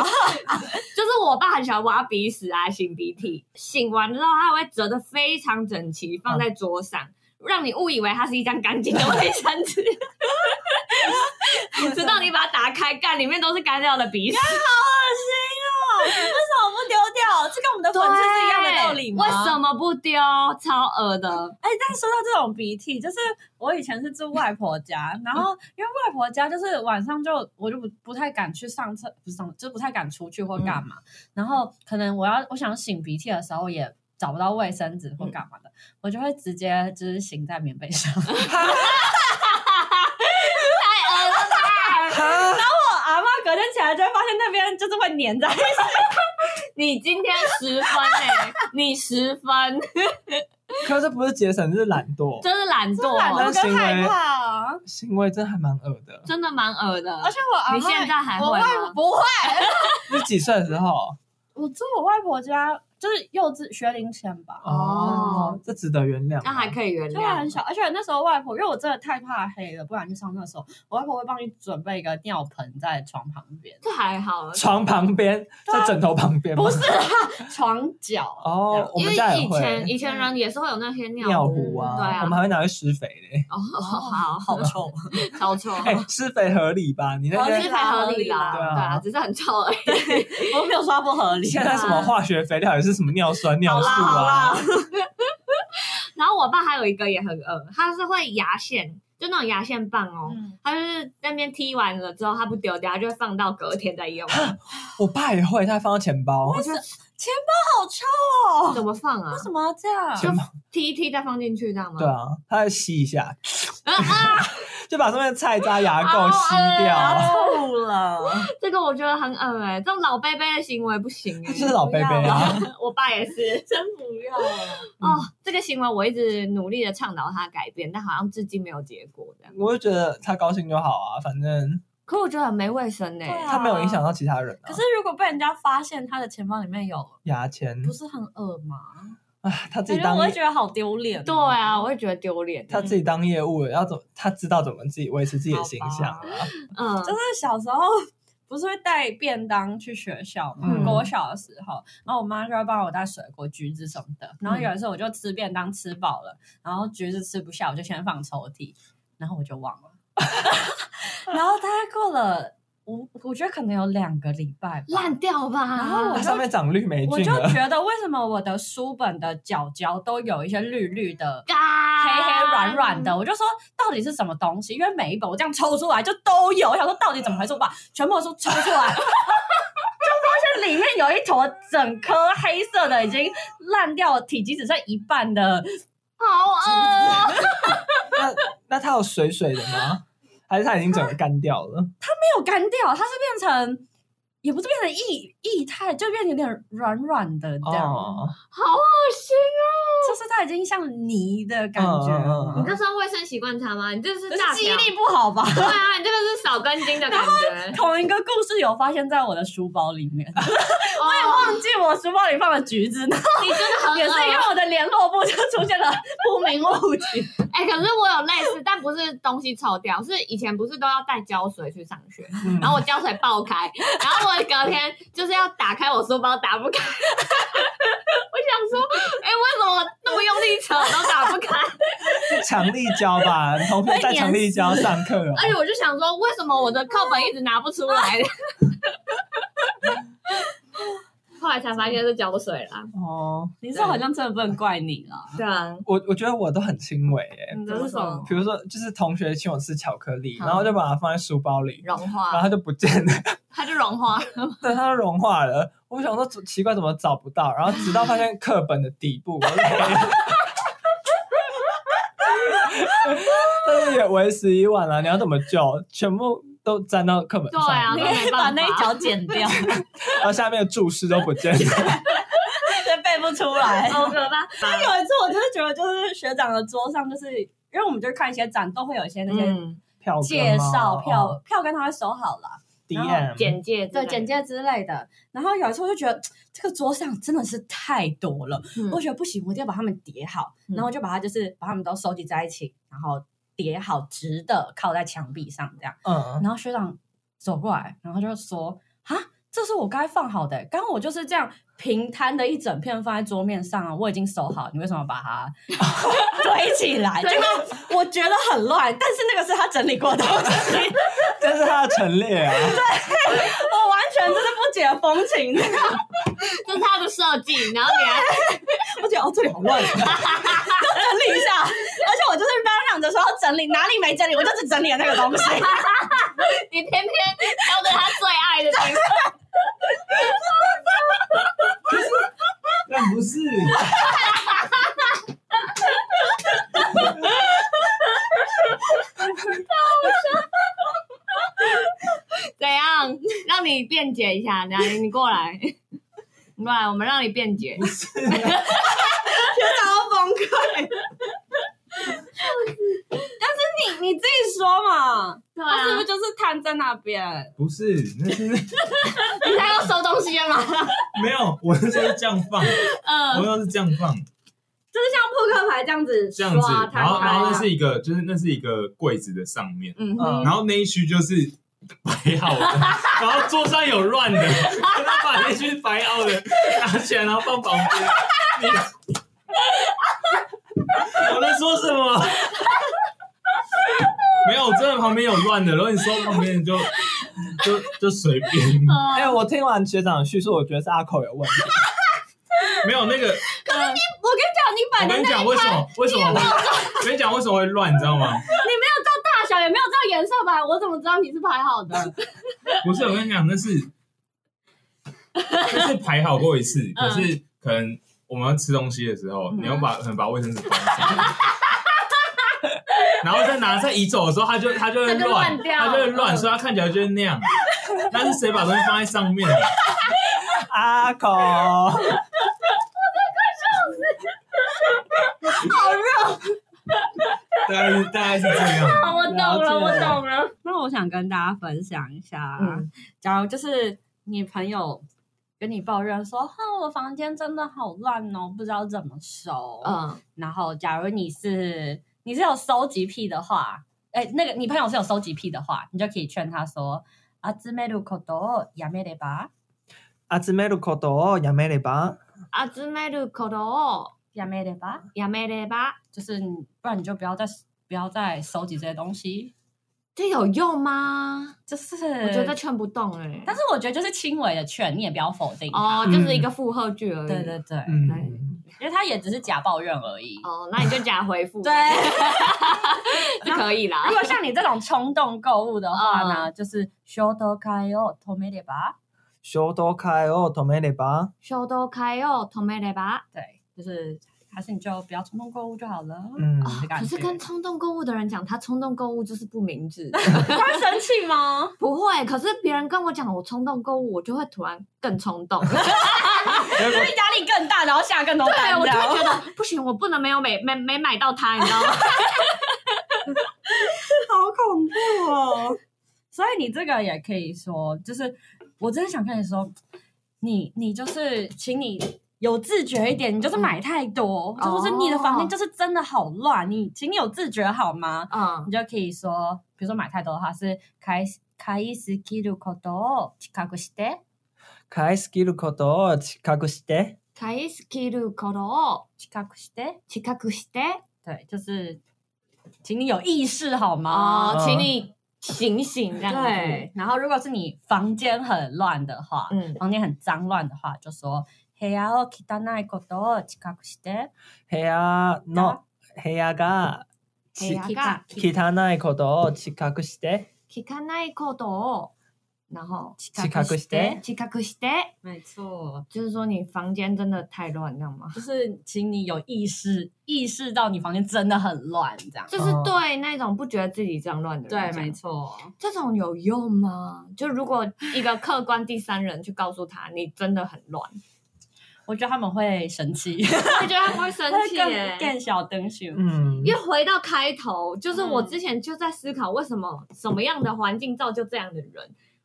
Speaker 3: 就是我爸很喜欢挖鼻屎啊、擤鼻涕，擤完之后他会折得非常整齐，放在桌上。让你误以为它是一张干净的卫生纸，直到你把它打开，干里面都是干掉的鼻屎，
Speaker 4: 恶心哦！为什么不丢掉？这跟我们的粉刺是一样的道理吗？
Speaker 3: 为什？么不丢？超恶的，
Speaker 4: 哎，但说到这种鼻涕，就是我以前是住外婆家，然后因为外婆家就是晚上就我就不不太敢去上厕，不是上，就是不太敢出去或干嘛。然后可能我要我想擤鼻涕的时候也。找不到卫生纸或干嘛的，我就会直接就是擤在棉被 上。
Speaker 3: 太恶了吧！
Speaker 4: 我阿妈隔天起来就会发现那边就是会粘 在
Speaker 3: 你今天十分哎、 你十分，
Speaker 2: 可是这不是节省，这是懒惰，
Speaker 3: 真是懒惰，哦
Speaker 4: 懒
Speaker 2: 惰
Speaker 4: 得
Speaker 2: 跟
Speaker 4: 跟
Speaker 2: 害
Speaker 4: 害怕。啊
Speaker 2: 行为真的还蛮恶的。
Speaker 3: 真的蛮恶的。
Speaker 4: 而且我阿
Speaker 3: 你
Speaker 4: 嬷
Speaker 3: 现在还
Speaker 4: 我
Speaker 3: 会
Speaker 4: 外
Speaker 3: 吗？
Speaker 4: 不会，
Speaker 2: 你几岁的时
Speaker 3: 哦
Speaker 2: 候？
Speaker 4: 我住我外婆家，就是幼稚学龄前吧，
Speaker 2: 哦，这值得原谅吗。
Speaker 3: 那还可以原
Speaker 4: 就还很
Speaker 3: 谅。
Speaker 4: 小。而且那时候外婆，因为我真的太怕黑了，不然去上厕所，我外婆会帮你准备一个尿盆在床旁边，
Speaker 3: 这还好，
Speaker 2: 啊床旁边，
Speaker 3: 啊
Speaker 2: 在枕头旁边吗
Speaker 4: 不是啦， 床角。
Speaker 2: 哦，我
Speaker 3: 因
Speaker 2: 们
Speaker 3: 为
Speaker 2: 家也
Speaker 3: 以前
Speaker 2: 会
Speaker 3: 以前人也是会有那些
Speaker 2: 尿
Speaker 3: 尿
Speaker 2: 壶啊，
Speaker 3: 对啊
Speaker 2: 我们还会拿去施肥嘞。
Speaker 3: 哦，好
Speaker 4: 好臭，
Speaker 3: 超臭，
Speaker 2: 哎、施肥合理吧？你那
Speaker 4: 合
Speaker 3: 其
Speaker 2: 些
Speaker 3: 实才合理啦，
Speaker 2: 对
Speaker 3: 对
Speaker 2: 啊
Speaker 3: 啊，只是很臭而已。
Speaker 4: 我没有说它不合理。
Speaker 2: 现在什么化学肥料也是什么尿酸、尿素
Speaker 3: 好啦
Speaker 2: 啊
Speaker 3: 好，然后我爸还有一个也很恶，他是会牙线就那种牙线棒哦，
Speaker 4: 嗯，
Speaker 3: 它就是那边踢完了之后，它不丢掉，它就会放到隔天再用。
Speaker 2: 我爸也会，他会放到钱包，
Speaker 4: 钱包好臭哦，
Speaker 3: 怎么放啊
Speaker 4: 为？什么要这样？
Speaker 2: 钱包
Speaker 3: 踢一踢再放进去，这样吗？
Speaker 2: 对啊，他会吸一下，
Speaker 3: 啊 啊！
Speaker 2: 就把上面的菜渣、牙
Speaker 4: 啊
Speaker 2: 垢吸掉。
Speaker 4: 臭了，
Speaker 3: 这个我觉得很恶哎、这种老贝贝的行为不行哎、
Speaker 2: 他 就是老贝贝啊，
Speaker 3: 我爸也是
Speaker 4: 真不要了。
Speaker 3: 哦，这个行为我一直努力的倡导他改变，但好像至今没有结果这样。
Speaker 2: 我就觉得他高兴就好啊，反正
Speaker 3: 可我觉得很没卫生哎、
Speaker 4: 对啊
Speaker 2: 他没有影响到其他人 啊
Speaker 4: 可。是如果被人家发现他的钱包里面有，
Speaker 2: 牙签
Speaker 4: 不是很恶吗？
Speaker 2: 啊，他自
Speaker 4: 感
Speaker 2: 己
Speaker 4: 觉
Speaker 2: 当
Speaker 4: 我会觉得好丢脸哦。
Speaker 3: 对啊，我会觉得丢脸。
Speaker 2: 他自己当业务了，要怎么他知道怎么自己维持自己的形象啊？
Speaker 3: 嗯
Speaker 4: 就是小时候不是会带便当去学校嘛，
Speaker 2: 嗯
Speaker 4: 国小的时候，然后我妈就会帮我带水果、橘子什么的。然
Speaker 2: 嗯
Speaker 4: 后有一次我就吃便当吃饱了，然后橘子吃不下，我就先放抽屉，然后我就忘了。 然后大概过了，我我觉得可能有两个礼拜吧，
Speaker 3: 烂掉吧。
Speaker 4: 然后
Speaker 2: 他
Speaker 4: 我
Speaker 2: 上面长绿霉
Speaker 4: 我
Speaker 2: 菌
Speaker 4: 就
Speaker 2: 了，
Speaker 4: 觉得为什么我的书本的角角都有一些绿绿的。
Speaker 3: 啊
Speaker 4: 黑黑软软的，我就说到底是什么东西？因为每一本我这样抽出来就都有，我想说到底怎么回事？我把全部的书抽出 来，就发现里面有一坨整颗黑色的已经烂掉，体积只剩一半的，
Speaker 3: 好恶。
Speaker 2: 那 那它有水水的吗？还是它已经整个干掉了？
Speaker 4: 没有干掉，它是变成。也不是变成液液态，就变成有点软软的这样，
Speaker 2: 哦，
Speaker 4: 就是它已经像泥的感觉了。
Speaker 2: 嗯嗯嗯嗯
Speaker 3: 你这算卫生习惯差吗？你这是
Speaker 4: 可
Speaker 3: 大
Speaker 4: 哦是记忆
Speaker 3: 条。
Speaker 4: 力不好吧？
Speaker 3: 对啊，你这个是少根筋的感觉。
Speaker 4: 同一个故事有发现在我的书包里 面，
Speaker 3: 我也忘，
Speaker 4: 忘记 我书包里放了橘子，然后
Speaker 3: 哦你真的很恶
Speaker 4: 也是因为我的联络簿就出现了不明物体。
Speaker 3: 哎、可是我有类似，但不是东西抽掉，是以前不是都要带胶水去上 学，
Speaker 2: 嗯
Speaker 3: 然后我胶水爆开，然后我隔天就是要打开我书包，打 不开。我想说，哎、为什么我那么用力扯都打不开？
Speaker 2: 强力胶吧，你同学带强力胶上课哦。
Speaker 3: 而且我就想说，为什么我的课本一直拿不出来？后来才发现是胶水啦。
Speaker 2: 哦，
Speaker 4: 你这好像真的不能怪你了，
Speaker 3: 对啊，
Speaker 2: 我我觉得我都很轻微诶、
Speaker 3: 你这是什么？
Speaker 2: 比如说，就是同学请我吃巧克力，
Speaker 3: 好
Speaker 2: 然后就把它放在书包里，
Speaker 3: 融
Speaker 2: 然后
Speaker 3: 化，
Speaker 2: 它就不见 了，
Speaker 3: 它就融化。
Speaker 2: 对，它就融化了。我想说怎奇怪，怎么找不到？然后直到发现课本的 底部，我就 但是也为时已晚了。你要怎么救？全部都沾到课本
Speaker 3: 对
Speaker 2: 上，
Speaker 3: 啊，
Speaker 4: 你
Speaker 3: 都
Speaker 4: 可以
Speaker 3: 没
Speaker 4: 把
Speaker 3: 办
Speaker 4: 那一
Speaker 3: 法。
Speaker 4: 条剪 掉，
Speaker 2: 然后下面的注释都不见 了。
Speaker 4: 真背不出来。
Speaker 3: 好可怕！
Speaker 4: 有一次我就是觉得，就是学长的桌上，就是因为我们就看一些展，都会有一些那些
Speaker 3: 嗯，
Speaker 2: 票
Speaker 4: 介绍票、
Speaker 2: 哦
Speaker 4: 票跟他会收好了。
Speaker 2: ，DM
Speaker 3: 简介之类的
Speaker 4: 对简，介之类的。然后有一次我就觉得这个桌上真的是太多了，
Speaker 3: 嗯
Speaker 4: 我觉得不行，我一定要把它们叠好。
Speaker 3: 嗯
Speaker 4: 然后我就把它就是把它们都收集在一起，然后叠好直的靠在墙壁上这样。
Speaker 2: 嗯，
Speaker 4: 然后学长走过来，然后就说：“啊，这是我该放好的、欸刚刚我就是这样平摊的一整片放在桌面上啊，我已经收好，你为什么把它堆起来？”
Speaker 3: 对
Speaker 4: 就是我觉得很乱，但是那个是他整理过的东西，
Speaker 2: 这是它的陈列啊。
Speaker 4: 我完全就是不解风情的。
Speaker 3: 这是它的设计，然后你还
Speaker 4: 我觉得哦，这里好乱，整理一下。而且我就是嚷嚷着说要整理，哪里没整理，我就只整理了那个东西。
Speaker 3: 你偏偏挑着他最爱的东西，
Speaker 2: 但不是，
Speaker 3: 怎样？让你辩解一下，然后你过来，你过来，我们让你辩解。
Speaker 4: 学长要崩溃。但是你你自己说嘛，
Speaker 3: 对
Speaker 4: 他
Speaker 3: 啊
Speaker 4: 是不，是就是摊在那边？
Speaker 5: 不是，那是
Speaker 3: 你才要收东西了吗？
Speaker 5: 没有，我是说这样放，我
Speaker 3: 嗯，
Speaker 5: 要是这样放，
Speaker 4: 就是像扑克牌这样子
Speaker 5: 这样子
Speaker 4: 刷，摊
Speaker 5: 然后然
Speaker 4: 开啊
Speaker 5: 后
Speaker 4: 这
Speaker 5: 那
Speaker 4: 样。
Speaker 5: 是一个，就是那是一个柜子的上面，
Speaker 3: 嗯
Speaker 2: 嗯
Speaker 3: 哼，
Speaker 5: 然后那一区就是摆 好的，然后桌上有乱的，他把那区摆好的拿起来，然后放旁边。 你我在说什么？没有，真的旁边有乱的，然后你说旁边就就就随便，
Speaker 4: 嗯
Speaker 2: 哎、我听完学长的叙述，我觉得是阿口有问题。
Speaker 5: 没有那
Speaker 4: 我
Speaker 5: 个。
Speaker 4: 跟你讲，你摆的
Speaker 5: 我跟
Speaker 4: 那
Speaker 5: 你讲为什么为什么会，我跟你讲为什么会乱，你知道吗？
Speaker 4: 你没有照
Speaker 1: 脸上吧，我怎么知道你是排好 的？
Speaker 5: 不是，我跟你讲，那是那是排好过一次，
Speaker 1: 嗯
Speaker 5: 可是可能我们要吃东西的时候，你要把可能把卫生纸放上，然后再拿再移走的时候，它就它就会
Speaker 1: 它就
Speaker 5: 乱
Speaker 1: 乱，掉
Speaker 5: 它就会
Speaker 1: 嗯
Speaker 5: 乱，所以它看起来就是那样。但是谁把东西放在上面的？
Speaker 2: 阿口，
Speaker 5: 大概是大概是这样。
Speaker 1: 好，我懂了，我懂了。
Speaker 4: 那我想跟大家分享一下，啊
Speaker 3: 嗯
Speaker 4: 假如就是你朋友跟你抱怨说：“哈，我房间真的好乱哦，不知道怎么收。”
Speaker 3: 嗯，
Speaker 4: 然后，假如你是你是有收集癖的话，哎，那个你朋友是有收集癖的话，你就可以劝他说：“啊，自妹路口多やめれば，
Speaker 2: 阿兹梅鲁口多亚梅雷巴，
Speaker 3: 阿兹梅鲁口头
Speaker 4: やめれば，
Speaker 3: 亚美雷吧，
Speaker 4: 就是你不然你就不要再不要再收集这些东西。”
Speaker 3: 这有用吗？
Speaker 4: 就是
Speaker 3: 我
Speaker 4: 我
Speaker 3: 觉得，劝不动哎。
Speaker 4: 呃但是我觉得就是轻微的劝，你也不要否定它。
Speaker 3: 哦，就是一个附和句而已。
Speaker 4: 对对对，
Speaker 2: 嗯，
Speaker 4: 因为他也只是假抱怨而已。
Speaker 3: 哦，那你就假回复，
Speaker 4: 对，
Speaker 3: 是可以啦
Speaker 4: 如。果像你这种冲动购物的话
Speaker 3: 嗯
Speaker 4: 呢，就是修多开哦，透没得吧？
Speaker 2: 修多开哦，托梅雷巴，
Speaker 3: 修都开哦，同没雷吧。
Speaker 4: 对，就是还是你就不要冲动购物就好了。
Speaker 2: 嗯，
Speaker 3: 啊
Speaker 4: 的感
Speaker 3: 可
Speaker 4: 觉
Speaker 3: 是跟冲动购物的人讲，他冲动购物就是不明智。
Speaker 4: 他会生气吗？
Speaker 3: 不会，可是别人跟我讲我冲动购物，我就会突然更冲动。
Speaker 2: 结果
Speaker 4: 所以压力更大，然后下更多
Speaker 3: 对，
Speaker 4: 单
Speaker 3: 我就会
Speaker 4: 料。
Speaker 3: 觉得不行，我不能没有没没没买到它，你知道吗？
Speaker 4: 好恐怖哦！所以你这个也可以说，就是我真的想跟你说，你你就是，请你有自觉一点，你就是买太多，
Speaker 3: 嗯
Speaker 4: 就是你的房
Speaker 3: 哦
Speaker 4: 间就是真的好乱，你请你有自觉好吗？
Speaker 3: 嗯，
Speaker 4: 你就可以说，比如说买太多的话是开开始切ることを近くして、
Speaker 2: 开始切ることを近くして、
Speaker 3: 買いすぎることを
Speaker 4: 近くして，
Speaker 3: 近くして
Speaker 4: 对，就是请你有意识好吗？
Speaker 3: 哦，请你醒醒这样子。
Speaker 4: 对，，然后如果是你房间很乱的话，
Speaker 3: 嗯，
Speaker 4: 房间很脏乱的话，就说哦部屋を汚いことを近くして。
Speaker 2: 部屋の部屋が
Speaker 3: 部屋が
Speaker 2: 汚いことを近くして、
Speaker 3: 聞かないことを然后
Speaker 2: 近くして，
Speaker 3: 近くして，
Speaker 4: 没错，
Speaker 3: 就是说你房间真的太乱，你知道
Speaker 4: 哦
Speaker 3: 吗？
Speaker 4: 就是请你有意识，意识到你房间真的很乱，这样。
Speaker 3: 就是对那种不觉得自己脏乱的人，
Speaker 4: 没。错，
Speaker 3: 这种有用吗？就如果一个客观第三人去告诉他，你真的很乱，
Speaker 4: 我觉得他们会生气，
Speaker 3: 我觉得他们会生气 耶
Speaker 4: 更。更小灯熊。
Speaker 2: 嗯，
Speaker 3: 因为回到开头，就是我
Speaker 4: 嗯
Speaker 3: 之前就在思考，为什么什么样的环境造就这样的人？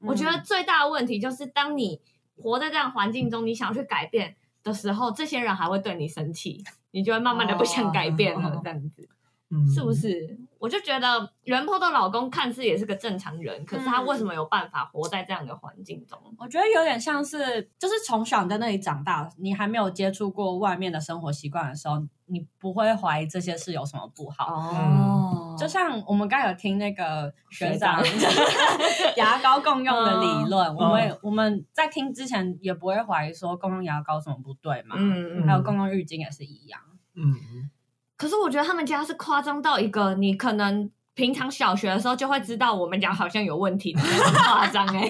Speaker 3: 我觉得
Speaker 2: 嗯
Speaker 3: 最大的问题就是，当你活在这样的环境中，你想要去改变的时候，这些人还会对你生气，你就会慢慢的不想改变了，
Speaker 4: 哦
Speaker 3: 这样子
Speaker 2: 嗯
Speaker 3: 是不？是？我就觉得袁坡的老公看似也是个正常人，可是他为什么有办法活在这样的环境中？
Speaker 4: 我觉得有点像是，就是从小你在那里长大，你还没有接触过外面的生活习惯的时候，你不会怀疑这些事有什么不好。
Speaker 2: 哦
Speaker 4: 就像我们刚刚有听那个学
Speaker 2: 学
Speaker 4: 长
Speaker 2: 长
Speaker 4: 牙膏共用的理论，我们
Speaker 2: 嗯
Speaker 4: 也我们在听之前也不会怀疑说共用牙膏有什么不对嘛，
Speaker 3: 嗯
Speaker 2: 嗯
Speaker 4: 还有共用浴巾也是一样。
Speaker 2: 嗯，
Speaker 3: 可是我觉得他们家是夸张到一个，你可能平常小学的时候就会知道我们家好像有问题的那种夸张哎、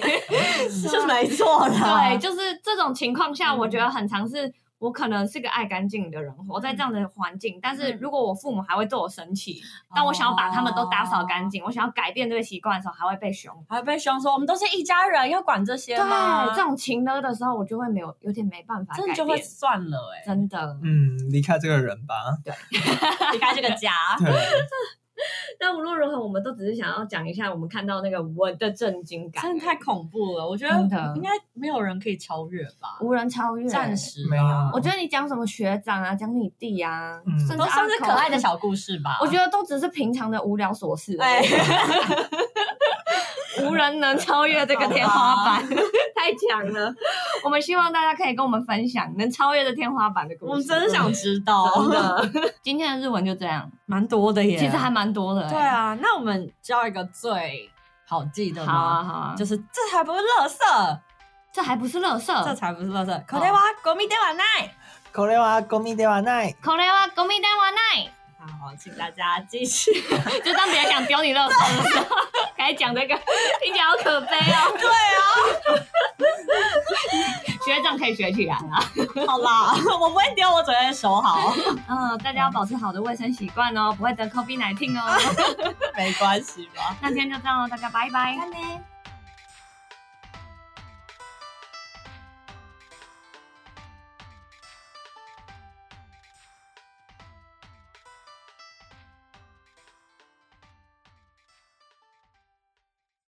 Speaker 4: 是没错 啦
Speaker 3: 对，就是这种情况下，
Speaker 4: 嗯
Speaker 3: 我觉得很常是。我可能是个爱干净的人，活在这样的环境。但是如果我父母还会对我生气，当我想要把他们都打扫干净，我想要改变这个习惯的时候，还会被凶。
Speaker 4: 还被凶说我们都是一家人，要管这些
Speaker 3: 对，啊
Speaker 4: 吗？
Speaker 3: 这种情勒的时候，我就会没有有点没办法改
Speaker 4: 真的
Speaker 3: 变，
Speaker 4: 就会算了哎、
Speaker 3: 真的。
Speaker 2: 嗯，离开这个人吧。
Speaker 4: 离开这个家。
Speaker 2: 对，
Speaker 3: 但无论如何，我们都只是想要讲一下我们看到那个我的震惊感，
Speaker 4: 真的太恐怖了，我觉
Speaker 3: 真的
Speaker 4: 得应该没有人可以超越吧，
Speaker 3: 无人超越，
Speaker 4: 暂时
Speaker 2: 没有
Speaker 4: 啊
Speaker 3: 我觉得你讲什么学长啊，讲你弟啊，
Speaker 2: 嗯
Speaker 3: 甚至
Speaker 4: 都算是
Speaker 3: 阿
Speaker 4: 可
Speaker 3: 口
Speaker 4: 爱的，小故事吧。
Speaker 3: 我觉得都只是平常的无聊琐事，
Speaker 4: 哎，
Speaker 3: 无人能超越这个天花板， 太强了。我们希望大家可以跟我们分享能超越的天花板的故事。
Speaker 4: 我们真的想知 道，
Speaker 3: 真的，今天的日文就这样，
Speaker 4: 蛮多的耶
Speaker 3: 其实还蛮多的、欸。
Speaker 4: 对，啊，那我们教一个最好记的
Speaker 3: 好啊
Speaker 4: 吗？
Speaker 3: 好啊，
Speaker 4: 就是这才不是垃圾，
Speaker 3: 这还不是乐色，
Speaker 4: 这才不是垃圾。これはゴミではない。
Speaker 2: これはゴミではない。
Speaker 3: これはゴミではない。
Speaker 4: 好，请大家继续。
Speaker 3: 就当别人想丢你乐色的时候，可还讲这个，听起来好可悲哦。
Speaker 1: 对啊，
Speaker 3: 学长可以学起来啊。
Speaker 1: 好啦， 我不会丢，我只会收好，
Speaker 3: 嗯，大家要保持好的卫生习惯哦，不会得 COVID 1 9哦。
Speaker 1: 没关系吧。
Speaker 3: 那今天就这样了，大家拜拜。